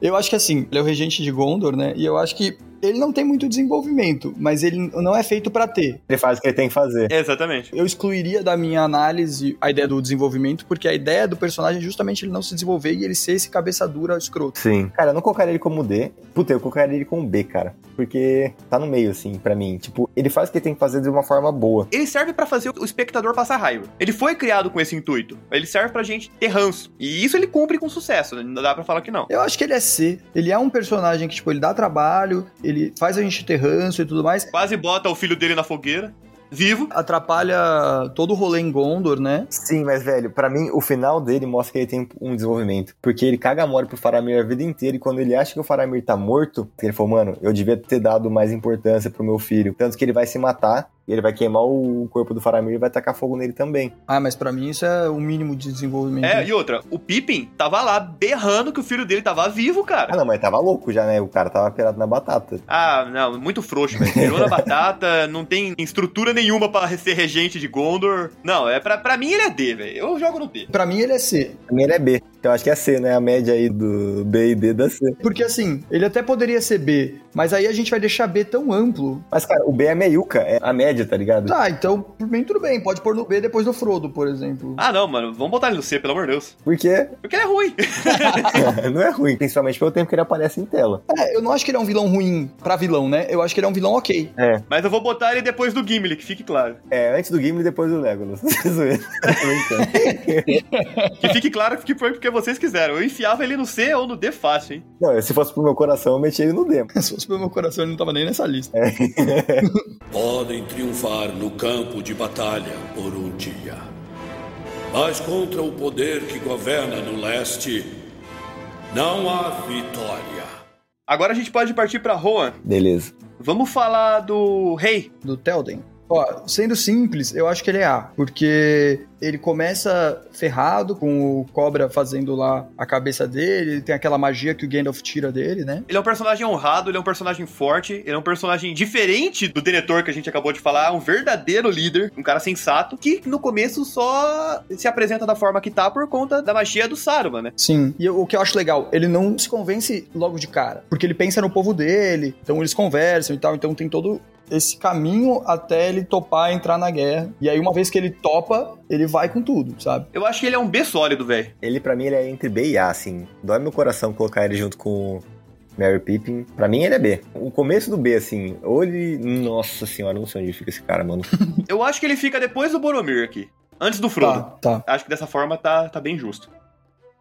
S4: Eu acho que assim, ele é o regente de Gondor, né? E eu acho que ele não tem muito desenvolvimento, mas ele não é feito pra ter.
S3: Ele faz o que ele tem que fazer.
S2: Exatamente.
S4: Eu excluiria da minha análise a ideia do desenvolvimento, porque a ideia do personagem é justamente ele não se desenvolver e ele ser esse cabeça dura escroto.
S3: Sim. Cara, eu não colocaria ele como D. Puta, eu colocaria ele como B, cara. Porque tá no meio, assim, pra mim. Tipo, ele faz o que ele tem que fazer de uma forma boa.
S2: Ele serve pra fazer o espectador passar raiva. Ele foi criado com esse intuito. Ele serve pra gente ter ranço. E isso ele cumpre com sucesso, né? não dá pra falar que não.
S4: Eu acho que ele é C. Ele é um personagem que, tipo, ele dá trabalho, ele faz a gente ter ranço e tudo mais.
S2: Quase bota o filho dele na fogueira. vivo.
S4: Atrapalha todo o rolê em Gondor, né?
S3: Sim, mas velho, pra mim o final dele mostra que ele tem um desenvolvimento. Porque ele caga mole pro Faramir a vida inteira e quando ele acha que o Faramir tá morto, ele falou, mano, eu devia ter dado mais importância pro meu filho. Tanto que ele vai se matar e ele vai queimar o corpo do Faramir e vai tacar fogo nele também.
S4: Ah, mas pra mim isso é o mínimo de desenvolvimento.
S2: É,
S4: né?
S2: e outra, o Pippin tava lá berrando que o filho dele tava vivo, cara.
S3: Ah, não, mas tava louco já, né? O cara tava pirado na batata.
S2: Ah, não, muito frouxo, velho. Tirou na batata, não tem estrutura nenhuma pra ser regente de Gondor. Não, é pra, pra mim ele é D, velho. Eu jogo no D.
S4: Pra mim ele é C.
S3: Pra mim ele é B. Então acho que é C, né? A média aí do B e D dá C.
S4: Porque assim, ele até poderia ser B, mas aí a gente vai deixar B tão amplo.
S3: Mas, cara, o B é meiuca, é a média, tá ligado?
S4: Tá, então por mim tudo bem, pode pôr no B depois do Frodo, por exemplo.
S2: Ah, não, mano, vamos botar ele no C, pelo amor de Deus.
S3: Porque
S2: Porque ele é ruim.
S3: não é ruim, principalmente pelo tempo que ele aparece em tela.
S4: É, eu não acho que ele é um vilão ruim pra vilão, né? Eu acho que ele é um vilão ok.
S3: É,
S2: Mas eu vou botar ele depois do Gimli, que fique claro.
S3: é antes do Gimli e depois do Legolas. Zoeira. Tô brincando.
S2: Que fique claro que foi porque vocês quiseram. Eu enfiava ele no C ou no D fácil, hein?
S3: não, se fosse pro meu coração, eu metia ele no D.
S4: Se fosse pelo meu coração, ele não tava nem nessa lista.
S10: podem triunfar no campo de batalha por um dia. Mas contra o poder que governa no leste, não há vitória.
S2: Agora a gente pode partir pra Rohan.
S3: Beleza.
S2: Vamos falar do rei.
S4: do Telden. Ó, sendo simples, eu acho que ele é A, porque ele começa ferrado com o Cobra fazendo lá a cabeça dele, ele tem aquela magia que o Gandalf tira dele, né?
S2: Ele é um personagem honrado, ele é um personagem forte, ele é um personagem diferente do diretor que a gente acabou de falar, um verdadeiro líder, um cara sensato, que no começo só se apresenta da forma que tá por conta da magia do Saruman, né?
S4: Sim. E o que eu acho legal, ele não se convence logo de cara, porque ele pensa no povo dele, então eles conversam e tal, então tem todo esse caminho até ele topar entrar na guerra. E aí uma vez que ele topa, ele vai com tudo, sabe?
S2: Eu acho que ele é um B sólido, velho.
S3: Ele, pra mim, ele é entre B e A, assim. Dói meu coração colocar ele junto com o Mary Pippin. Pra mim, ele é B. O começo do B, assim, ou ele... Nossa senhora, não sei onde fica esse cara, mano.
S2: Eu acho que ele fica depois do Boromir aqui, antes do Frodo.
S4: Tá, tá.
S2: Acho que dessa forma tá, tá bem justo.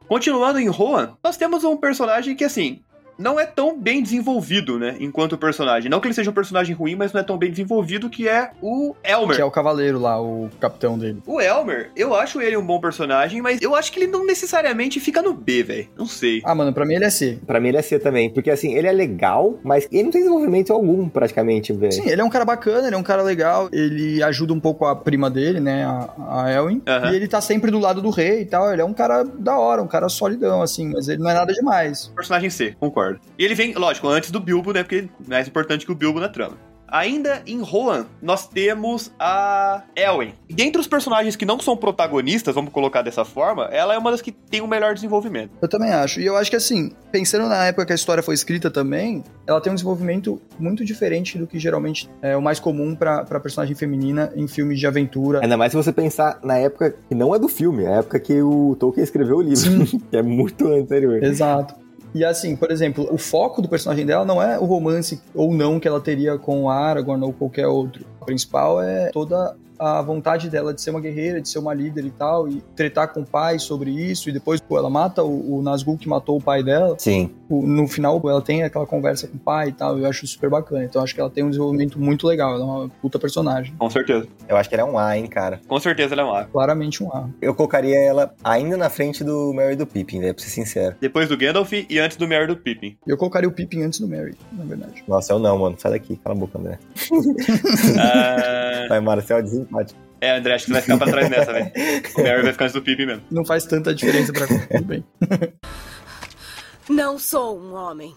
S2: Continuando em Rohan, nós temos um personagem que, assim, não é tão bem desenvolvido, né? Enquanto personagem. Não que ele seja um personagem ruim, mas não é tão bem desenvolvido, que é o Elmer.
S4: Que é o cavaleiro lá, o capitão dele.
S2: O Elmer, eu acho ele um bom personagem, mas eu acho que ele não necessariamente fica no B, velho. Não sei.
S4: Ah, mano, pra mim ele é C.
S3: Pra mim, ele é C também. Porque, assim, ele é legal, mas ele não tem desenvolvimento algum, praticamente, velho.
S4: Sim, ele é um cara bacana, ele é um cara legal, ele ajuda um pouco a prima dele, né, a, a Elwin,
S2: Aham.
S4: e ele tá sempre do lado do rei e tal, ele é um cara da hora, um cara solidão, assim, mas ele não é nada demais.
S2: Personagem C, concordo. E ele vem, lógico, antes do Bilbo, né? Porque ele é mais importante que o Bilbo na trama. Ainda em Rohan, nós temos a Elwen. Dentre os personagens que não são protagonistas, vamos colocar dessa forma, ela é uma das que tem o melhor desenvolvimento.
S4: Eu também acho, e eu acho que assim, pensando na época que a história foi escrita também, ela tem um desenvolvimento muito diferente do que geralmente é o mais comum pra, pra personagem feminina em filmes de aventura.
S3: Ainda mais se você pensar na época que não é do filme, é a época que o Tolkien escreveu o livro, que é muito anterior.
S4: Exato. E assim, por exemplo, o foco do personagem dela não é o romance ou não que ela teria com o Aragorn ou qualquer outro. O principal é toda a vontade dela de ser uma guerreira, de ser uma líder e tal, e tretar com o pai sobre isso, e depois pô, ela mata o, o Nazgûl que matou o pai dela.
S3: Sim.
S4: O- tipo, No final, pô, ela tem aquela conversa com o pai e tal, e eu acho super bacana. Então, eu acho que ela tem um desenvolvimento muito legal, ela é uma puta personagem.
S2: Com certeza.
S3: Eu acho que ele é um A, hein, cara.
S2: Com certeza ela é um A.
S4: Claramente um A.
S3: Eu colocaria ela ainda na frente do Mary e do Pippin, velho, pra ser sincero.
S2: Depois do Gandalf e antes do Merry do Pippin.
S4: Eu colocaria o Pippin antes do Merry, na verdade.
S3: Nossa, eu não, mano. Sai daqui. Cala a boca, André.
S2: Ah,
S3: Vai, Marcel, desempate.
S2: é, André, acho que você vai ficar pra trás nessa, velho. O Merry vai ficar antes do Pippin mesmo.
S4: Não faz tanta diferença pra mim, tudo bem.
S11: Não sou um homem.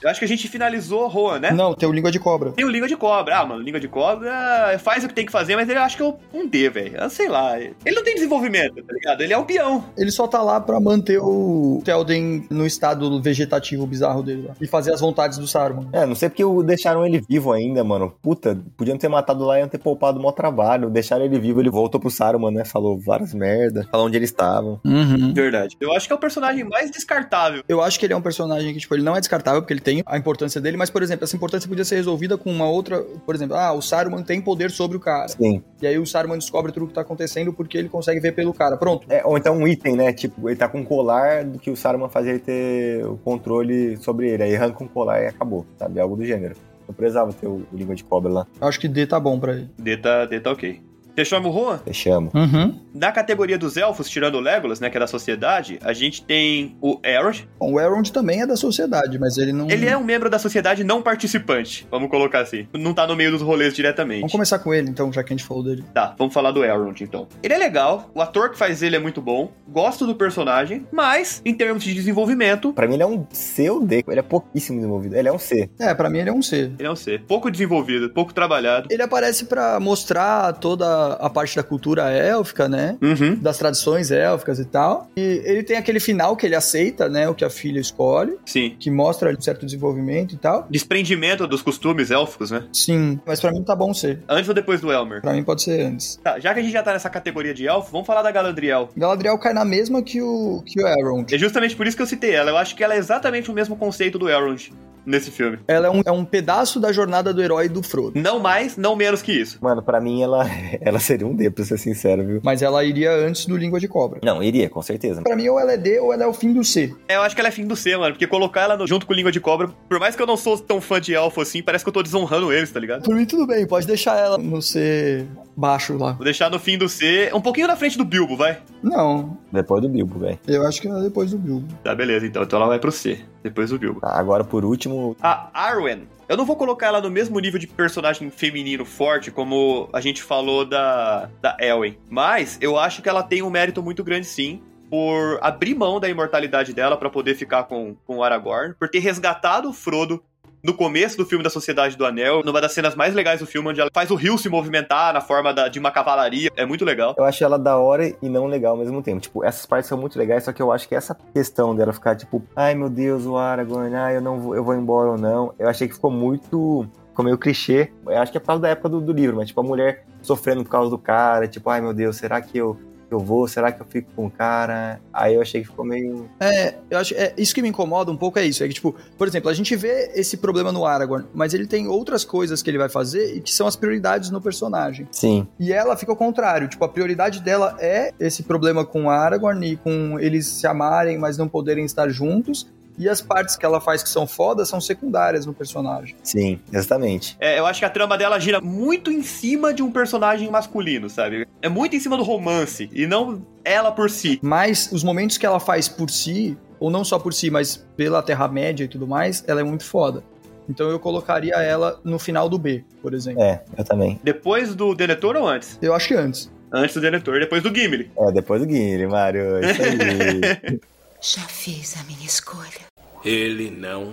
S2: Eu acho que a gente finalizou Rohan, né?
S4: Não, tem o Língua de Cobra.
S2: Tem o Língua de Cobra. Ah, mano, Língua de Cobra faz o que tem que fazer, mas ele acho que é um D, velho. Eu Sei lá. Ele não tem desenvolvimento, tá ligado? Ele é um peão.
S4: Ele só tá lá pra manter o Telden no estado vegetativo bizarro dele lá. E fazer as vontades do Saruman.
S3: É, não sei porque o- deixaram ele vivo ainda, mano. Puta, podiam ter matado lá e iam ter poupado o maior trabalho. Deixaram ele vivo, ele voltou pro Saruman, né? Falou várias merda. Falou onde eles estavam.
S4: Uhum.
S2: Verdade. Eu acho que é o personagem mais descartável.
S4: Eu acho que ele é um personagem que, tipo, ele não é descartável, porque ele tem a importância dele, mas, por exemplo, essa importância podia ser resolvida com uma outra. Por exemplo, ah, o Saruman tem poder sobre o cara.
S3: Sim.
S4: E aí o Saruman descobre tudo que tá acontecendo porque ele consegue ver pelo cara. Pronto.
S3: É, ou então um item, né? Tipo, ele tá com um colar do que o Saruman fazia ele ter o controle sobre ele. Aí arranca um colar e acabou, sabe? Algo do gênero. Eu precisava ter o, o língua de cobra lá.
S4: Acho que D tá bom pra ele.
S2: D tá, D tá ok. Fechamos o Juan?
S3: Fechamos.
S4: Uhum.
S2: Na categoria dos elfos, tirando o Legolas, né, que é da sociedade, a gente tem o Elrond.
S4: Bom, o Elrond também é da sociedade, mas ele não.
S2: Ele é um membro da sociedade não participante, vamos colocar assim. Não tá no meio dos rolês diretamente.
S4: Vamos começar com ele, então, já que a gente falou dele.
S2: Tá, vamos falar do Elrond, então. Ele é legal, o ator que faz ele é muito bom, gosto do personagem, mas, em termos de desenvolvimento,
S3: Pra mim ele é um C ou D. Ele é pouquíssimo desenvolvido. Ele é um C.
S4: É, pra mim ele é um C.
S2: ele é um ser pouco desenvolvido, pouco trabalhado.
S4: Ele aparece pra mostrar toda a parte da cultura élfica, né?
S2: Uhum.
S4: Das tradições élficas e tal. E ele tem aquele final que ele aceita, né? O que a filha escolhe,
S2: Sim.
S4: que mostra um certo desenvolvimento e tal.
S2: Desprendimento dos costumes élficos, né?
S4: Sim, mas pra mim tá bom ser.
S2: Antes ou depois do Elmer?
S4: Pra mim pode ser antes.
S2: Tá, já que a gente já tá nessa categoria de elfo, vamos falar da Galadriel.
S4: Galadriel cai na mesma que o, que o Elrond.
S2: É justamente por isso que eu citei ela. Eu acho que ela é exatamente o mesmo conceito do Elrond nesse filme.
S4: Ela é um, é um pedaço da jornada do herói do Frodo.
S2: Não mais, não menos que isso.
S3: Mano, pra mim ela, ela seria um D, pra ser sincero, viu?
S4: Mas ela iria antes do Língua de Cobra.
S3: Não, iria, com certeza.
S4: Pra mim, ou ela é D ou ela é o fim do C.
S2: É, Eu acho que ela é fim do C, mano, porque colocar ela no- junto com Língua de Cobra, por mais que eu não sou tão fã de elfo assim, parece que eu tô desonrando eles, tá ligado?
S4: Por mim, tudo bem, pode deixar ela no C baixo lá.
S2: Vou deixar no fim do C, um pouquinho na frente do Bilbo, vai.
S4: Não,
S3: Depois do Bilbo, velho.
S4: eu acho que ela é depois do Bilbo.
S2: Tá, beleza, então. Então ela vai pro C, depois do Bilbo.
S3: Tá, agora por último,
S2: A Arwen. Eu não vou colocar ela no mesmo nível de personagem feminino forte como a gente falou da, da Elwen. Mas eu acho que ela tem um mérito muito grande, sim, por abrir mão da imortalidade dela pra poder ficar com, com o Aragorn, por ter resgatado o Frodo no começo do filme da Sociedade do Anel, numa das cenas mais legais do filme, onde ela faz o rio se movimentar na forma da- de uma cavalaria. É muito legal.
S3: eu acho ela da hora e não legal ao mesmo tempo. Tipo, essas partes são muito legais, só que eu acho que essa questão dela ficar tipo, ai meu Deus, o Aragorn, ai eu não vou, eu vou embora ou não. Eu achei que ficou muito. Ficou meio clichê. Eu acho que é por causa da época do, do livro, mas tipo, a mulher sofrendo por causa do cara, tipo, ai meu Deus, será que eu, eu vou? Será que eu fico com o cara? Aí eu achei que ficou meio.
S4: É, eu acho, é, isso que me incomoda um pouco é isso, é que tipo, por exemplo, a gente vê esse problema no Aragorn, mas ele tem outras coisas que ele vai fazer e que são as prioridades no personagem.
S3: Sim.
S4: E ela fica ao contrário, tipo, a prioridade dela é esse problema com o Aragorn e com eles se amarem, mas não poderem estar juntos, e as partes que ela faz que são fodas são secundárias no personagem.
S3: Sim, exatamente.
S2: É, eu acho que a trama dela gira muito em cima de um personagem masculino, sabe? É muito em cima do romance e não ela por si.
S4: Mas os momentos que ela faz por si, ou não só por si, mas pela Terra-média e tudo mais, ela é muito foda. Então eu colocaria ela no final do B, por exemplo.
S3: É, eu também.
S2: Depois do Denethor ou antes?
S4: Eu acho que antes.
S2: Antes do Denethor, depois do Gimli.
S3: É, depois do Guilherme, Mário. Isso aí.
S11: Já fiz a minha escolha.
S10: Ele não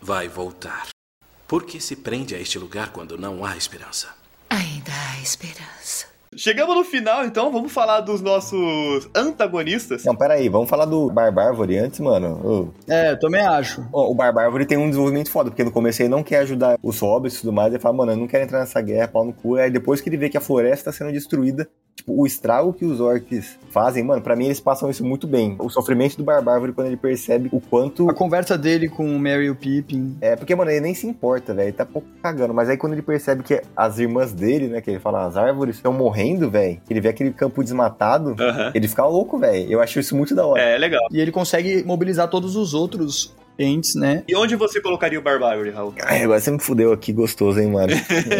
S10: vai voltar. Por que se prende a este lugar quando não há esperança?
S11: Ainda há esperança.
S2: Chegamos no final, então vamos falar dos nossos antagonistas.
S3: Não, peraí, vamos falar do Barbárvore antes, mano. Ô,
S4: É, eu também acho.
S3: Ó, o Barbárvore tem um desenvolvimento foda, porque no começo ele não quer ajudar os hobbits e tudo mais, ele fala, mano, eu não quero entrar nessa guerra, pau no cu. Aí depois que ele vê que a floresta tá sendo destruída, tipo, o estrago que os orcs fazem, mano, pra mim eles passam isso muito bem. O sofrimento do Barbárvore quando ele percebe o quanto...
S4: A conversa dele com o Merry e o Pippin.
S3: É, porque, mano, ele nem se importa, velho, ele tá pouco cagando. Mas aí quando ele percebe que as irmãs dele, né, que ele fala, as árvores estão morrendo, velho, que ele vê aquele campo desmatado,
S2: Aham.
S3: ele fica louco, velho. Eu acho isso muito da hora.
S2: É, legal.
S4: E ele consegue mobilizar todos os outros entes, né?
S2: E onde você colocaria o Barbárvore, Raul?
S3: Ai, agora você me fudeu aqui gostoso, hein, mano.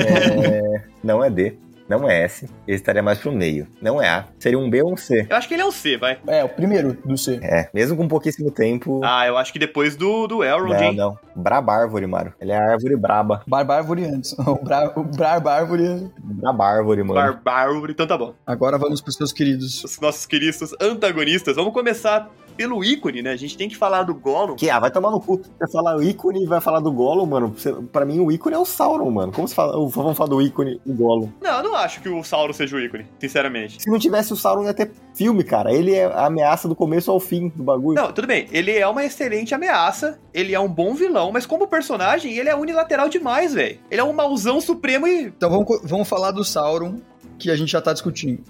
S3: É, Não é D, não é S. Ele estaria mais pro meio. Não é A. Seria um B ou um C.
S2: Eu acho que ele é um C, vai.
S4: É, o primeiro do C.
S3: É, mesmo com pouquíssimo tempo.
S2: Ah, eu acho que depois do, do Elrond,
S3: não,
S2: hein?
S3: não. Brabárvore, mano. Ele é a árvore braba.
S4: Barbárvore antes. O Bra- o Barbárvore.
S3: Brabárvore, mano.
S2: Barbárvore, então tá bom.
S4: Agora vamos pros seus queridos.
S2: Os nossos queridos antagonistas. Vamos começar pelo ícone, né? A gente tem que falar do Gollum.
S3: Que, ah, vai tomar no cu. Você fala o ícone e vai falar do Gollum, mano. Você, pra mim, o ícone é o Sauron, mano. Como se fala? Vamos falar do ícone e Gollum.
S2: Não, eu não acho que o Sauron seja o ícone, sinceramente.
S3: Se não tivesse o Sauron, ia ter filme, cara. Ele é a ameaça do começo ao fim do bagulho.
S2: Não, tudo bem. Ele é uma excelente ameaça, ele é um bom vilão, mas como personagem, ele é unilateral demais, velho. Ele é um mauzão supremo e.
S4: Então vamos, co- vamos falar do Sauron, que a gente já tá discutindo.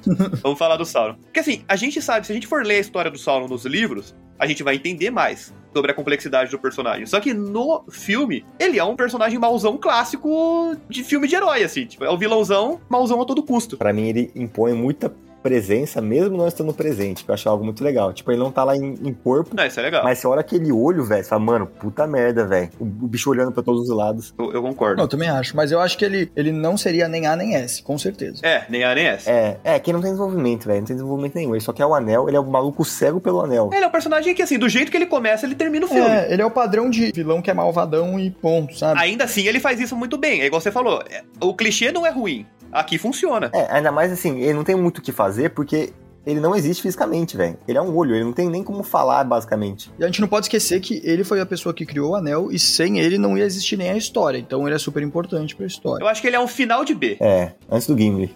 S2: Vamos falar do Sauron. Porque assim, a gente sabe, se a gente for ler a história do Sauron nos livros, a gente vai entender mais sobre a complexidade do personagem. Só que no filme, ele é um personagem mauzão clássico de filme de herói, assim. Tipo, é o vilãozão, mauzão a todo custo.
S3: Pra mim, ele impõe muita presença, mesmo não estando presente, que eu achei algo muito legal. Tipo, ele não tá lá em, em corpo.
S2: Não, isso é legal.
S3: Mas você olha aquele olho, velho, você fala, mano, puta merda, velho. O, o bicho olhando pra todos os lados.
S2: Eu, eu concordo.
S4: Não, eu também acho, mas eu acho que ele, ele não seria nem A nem S, com certeza.
S2: É, nem A nem S.
S3: É, é, que ele não tem desenvolvimento, velho. Não tem desenvolvimento nenhum. Ele só quer o anel, ele é o maluco cego pelo anel.
S2: Ele é um personagem que, assim, do jeito que ele começa, ele termina o um filme.
S4: É, ele é o padrão de vilão que é malvadão e ponto, sabe?
S2: Ainda assim, ele faz isso muito bem. É igual você falou, é, o clichê não é ruim. Aqui funciona.
S3: É, ainda mais assim, ele não tem muito o que fazer porque ele não existe fisicamente, velho. Ele é um olho, ele não tem nem como falar, basicamente.
S4: E a gente não pode esquecer que ele foi a pessoa que criou o anel e sem ele não ia existir nem a história. Então ele é super importante pra história.
S2: Eu acho que ele é um final de B.
S3: É, antes do Gimli.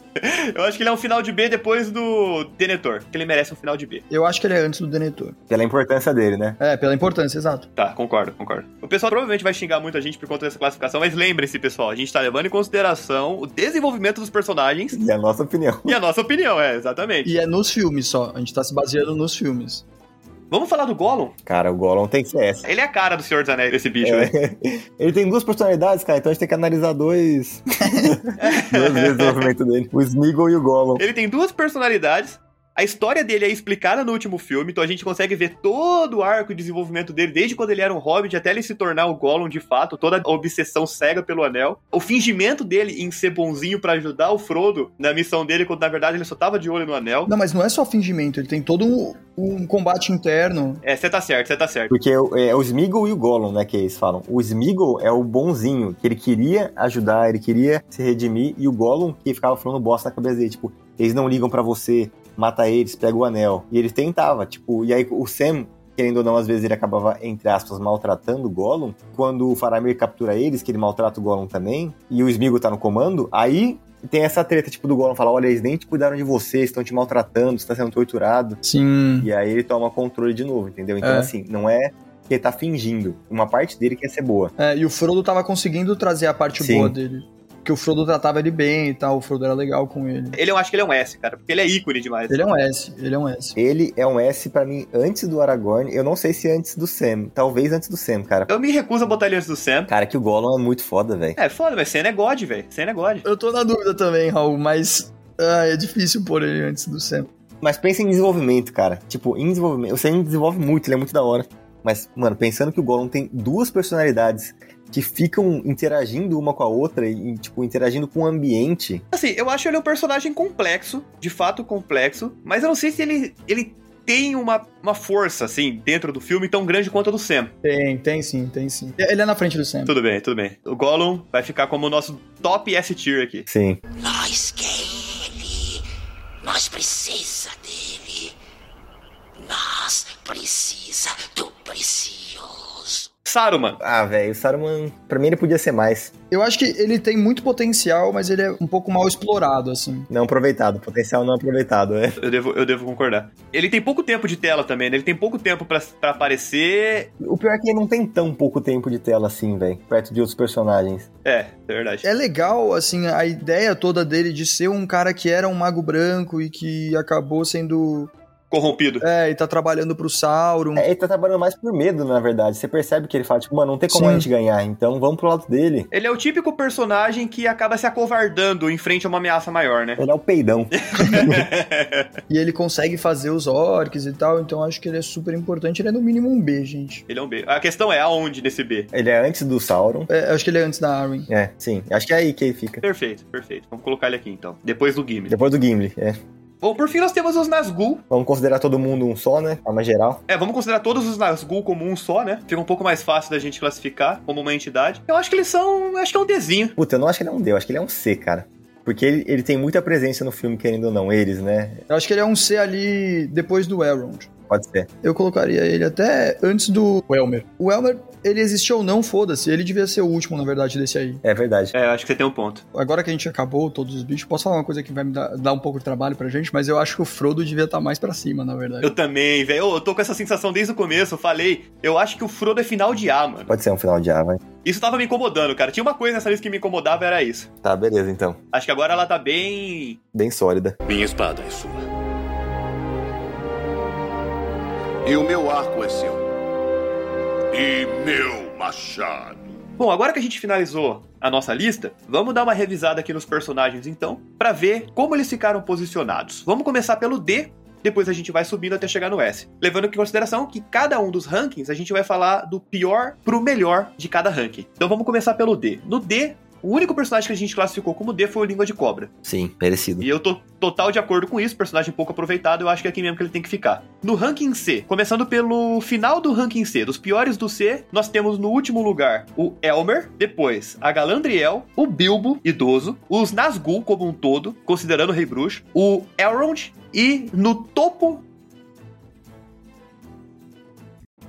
S2: Eu acho que ele é um final de B depois do Denetor, que ele merece um final de B.
S4: Eu acho que ele é antes do Denetor.
S3: Pela importância dele, né?
S4: É, pela importância, exato.
S2: Tá, concordo, concordo. O pessoal provavelmente vai xingar muito a gente por conta dessa classificação, mas lembre-se, pessoal, a gente tá levando em consideração o desenvolvimento dos personagens
S3: E a nossa opinião.
S2: e a nossa opinião, é, exatamente.
S4: E é nos filmes só. A gente tá se baseando nos filmes.
S2: Vamos falar do Gollum?
S3: Cara, o Gollum tem que ser essa.
S2: Ele é a cara do Senhor dos Anéis, esse bicho, né?
S3: É. Ele tem duas personalidades, cara, então a gente tem que analisar dois. duas vezes o desenvolvimento dele. O Smeagol e o Gollum.
S2: Ele tem duas personalidades. A história dele é explicada no último filme, então a gente consegue ver todo o arco de desenvolvimento dele, desde quando ele era um hobbit até ele se tornar o Gollum de fato, toda a obsessão cega pelo anel. O fingimento dele em ser bonzinho pra ajudar o Frodo na missão dele, quando na verdade ele só tava de olho no anel.
S4: Não, mas não é só fingimento. Ele tem todo um, um combate interno.
S2: É, você tá certo, você tá certo.
S3: Porque é é o Smeagol e o Gollum, né, que eles falam. O Smeagol é o bonzinho, que ele queria ajudar, ele queria se redimir, e o Gollum que ficava falando bosta na cabeça dele, tipo, eles não ligam pra você, mata eles, pega o anel. E ele tentava, tipo, e aí o Sam, querendo ou não, às vezes ele acabava, entre aspas, maltratando o Gollum. Quando o Faramir captura eles, que ele maltrata o Gollum também, e o Smeagol tá no comando, aí... Tem essa treta, tipo, do Gollum falar, olha, eles nem te cuidaram de você, estão te maltratando, você tá sendo torturado.
S4: Sim.
S3: E aí ele toma controle de novo, entendeu? Então,
S4: É.
S3: assim, não é que ele tá fingindo. Uma parte dele quer ser boa.
S4: É, e o Frodo tava conseguindo trazer a parte
S3: Sim.
S4: boa dele. Porque o Frodo tratava ele bem e tal, o Frodo era legal com ele.
S2: Ele eu acho que ele é um S, cara, porque ele é ícone demais.
S4: Ele é um S, ele é um S.
S3: Ele é um S pra mim antes do Aragorn. Eu não sei se antes do Sam. Talvez antes do Sam, cara.
S2: Eu me recuso a botar ele antes do Sam.
S3: Cara, que o Gollum é muito foda, velho.
S2: É, foda, mas Senna é God, velho. Senna é God.
S4: Eu tô na dúvida também, Raul, mas ah, é difícil pôr ele antes do Sam.
S3: Mas pensa em desenvolvimento, cara. Tipo, em desenvolvimento. O Sam desenvolve muito, ele é muito da hora. Mas, mano, pensando que o Gollum tem duas personalidades que ficam interagindo uma com a outra e, tipo, interagindo com o ambiente.
S2: Assim, eu acho ele um personagem complexo, de fato complexo, mas eu não sei se ele, ele tem uma, uma força, assim, dentro do filme tão grande quanto a do Sam.
S4: Tem, tem sim, tem sim. Ele é na frente do Sam.
S2: Tudo bem, tudo bem. O Gollum vai ficar como o nosso top S tier aqui.
S3: Sim.
S5: Nós quer ele. Nós precisa dele. Nós precisa do precioso.
S2: Saruman.
S3: Ah, velho, o Saruman, pra mim ele podia ser mais.
S4: Eu acho que ele tem muito potencial, mas ele é um pouco mal explorado, assim.
S3: Não aproveitado. Potencial não aproveitado, é.
S2: Eu devo, eu devo concordar. Ele tem pouco tempo de tela também, né? Ele tem pouco tempo pra pra aparecer.
S3: O pior é que ele não tem tão pouco tempo de tela assim, velho, perto de outros personagens.
S2: É, é verdade.
S4: É legal, assim, a ideia toda dele de ser um cara que era um mago branco e que acabou sendo.
S2: Corrompido.
S4: É, e tá trabalhando pro Sauron.
S3: É, ele tá trabalhando mais por medo, na verdade. Você percebe que ele fala, tipo, mano, não tem como a
S4: Sim.
S3: gente ganhar, então vamos pro lado dele.
S2: Ele é o típico personagem que acaba se acovardando em frente a uma ameaça maior, né?
S3: Ele é o peidão.
S4: E ele consegue fazer os orcs e tal, então acho que ele é super importante. Ele é no mínimo um B, gente.
S2: Ele é um B. A questão é aonde nesse B?
S3: ele é antes do Sauron.
S4: É, acho que ele é antes da Arwen.
S3: É, sim. Acho que é aí que ele fica.
S2: Perfeito, perfeito. Vamos colocar ele aqui então. Depois do Gimli.
S3: Depois do Gimli, é.
S2: Bom, por fim nós temos os Nazgûl.
S3: Vamos considerar todo mundo um só, né? De Forma geral.
S2: É, vamos considerar todos os Nazgûl como um só, né? Fica um pouco mais fácil da gente classificar como uma entidade. Eu acho que eles são. eu Acho que é um Dzinho.
S3: Puta, eu não acho que ele é um D, eu acho que ele é um C, cara. Porque ele, ele tem muita presença no filme, querendo ou não, eles, né?
S4: Eu acho que ele é um C ali depois do Elrond.
S3: Pode ser.
S4: Eu colocaria ele até antes do Elmer. O Elmer, ele existiu ou não, foda-se. Ele devia ser o último, na verdade, desse aí.
S3: É verdade.
S2: É, eu acho que você tem um ponto.
S4: Agora que a gente acabou todos os bichos, posso falar uma coisa que vai me dar, dar um pouco de trabalho pra gente, mas eu acho que o Frodo devia estar mais pra cima, na verdade.
S2: Eu também, velho. Eu tô com essa sensação desde o começo. Eu falei, eu acho que o Frodo é final de A, mano.
S3: Pode ser um final de A, vai.
S2: Isso tava me incomodando, cara. Tinha uma coisa nessa lista que me incomodava, era isso.
S3: Tá, beleza, então.
S2: Acho que agora ela tá bem.
S3: Bem sólida.
S8: Minha espada é sua.
S7: E o meu arco é seu.
S8: E meu machado.
S2: Bom, agora que a gente finalizou a nossa lista, vamos dar uma revisada aqui nos personagens então, para ver como eles ficaram posicionados. Vamos começar pelo D, depois a gente vai subindo até chegar no S. Levando em consideração que cada um dos rankings a gente vai falar do pior pro melhor de cada ranking. Então vamos começar pelo D. No D, o único personagem que a gente classificou como D foi o Língua de Cobra.
S3: Sim, merecido.
S2: E eu tô total de acordo com isso, personagem pouco aproveitado, eu acho que é aqui mesmo que ele tem que ficar. No ranking C, começando pelo final do ranking C, dos piores do C, nós temos no último lugar o Elmer, depois a Galandriel, o Bilbo, idoso, os Nazgûl como um todo, considerando o Rei Bruxo, o Elrond e no topo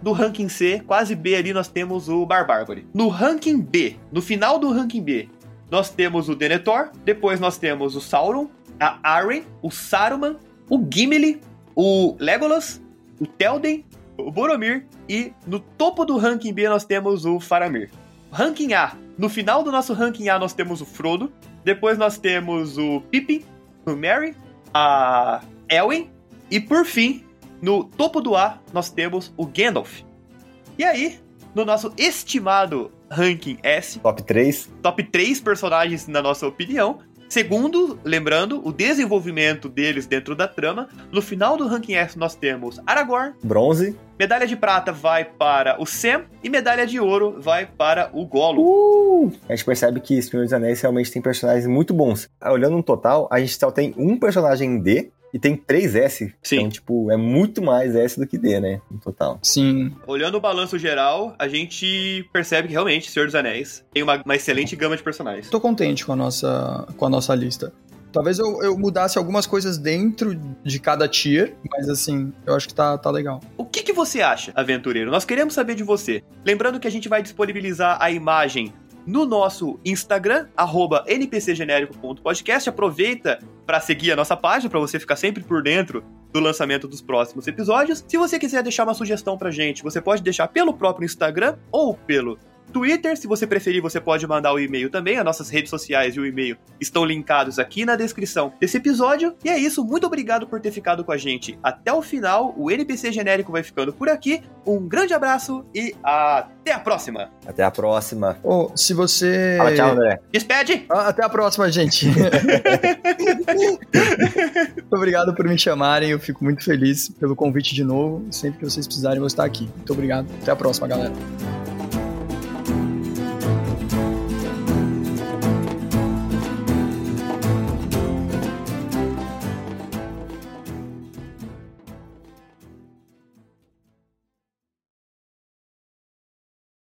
S2: do ranking C, quase B ali, nós temos o Barbárgore. No ranking B, no final do ranking B, nós temos o Denethor, depois nós temos o Sauron, a Arryn, o Saruman, o Gimli, o Legolas, o Telden, o Boromir e no topo do ranking B nós temos o Faramir. Ranking A, no final do nosso ranking A nós temos o Frodo, depois nós temos o Pippin, o Merry, a Elwin e por fim no topo do A, nós temos o Gandalf. E aí, no nosso estimado ranking S,
S3: Top 3?
S2: top 3 personagens, na nossa opinião. Segundo, lembrando, o desenvolvimento deles dentro da trama. No final do ranking S, nós temos Aragorn.
S3: Bronze?
S2: Medalha de prata vai para o Sam. E medalha de ouro vai para o Gollum.
S3: A gente percebe que Senhor dos Anéis realmente tem personagens muito bons. Ah, Olhando no total, a gente só tem um personagem D e tem três S.
S2: Sim.
S3: Então, tipo, é muito mais S do que D, né? No total.
S4: Sim.
S2: Olhando o balanço geral, a gente percebe que realmente Senhor dos Anéis tem uma, uma excelente gama de personagens.
S4: Tô contente com a nossa, com a nossa lista. Talvez eu, eu mudasse algumas coisas dentro de cada tier, mas assim, eu acho que tá, tá legal.
S2: O que, que você acha, aventureiro? Nós queremos saber de você. Lembrando que a gente vai disponibilizar a imagem no nosso Instagram, arroba npcgenérico.podcast. Aproveita para seguir a nossa página, para você ficar sempre por dentro do lançamento dos próximos episódios. Se você quiser deixar uma sugestão pra gente, você pode deixar pelo próprio Instagram ou pelo Twitter. Se você preferir, você pode mandar o e-mail também. As nossas redes sociais e o e-mail estão linkados aqui na descrição desse episódio. E é isso. Muito obrigado por ter ficado com a gente até o final. O NPC genérico vai ficando por aqui. Um grande abraço e até a próxima.
S3: Até a próxima.
S4: Ô, se você.
S3: Fala tchau, né? André.
S2: Despede!
S4: Ah, Até a próxima, gente. Muito obrigado por me chamarem. Eu fico muito feliz pelo convite de novo. Sempre que vocês precisarem, eu vou estar aqui. Muito obrigado. Até a próxima, galera.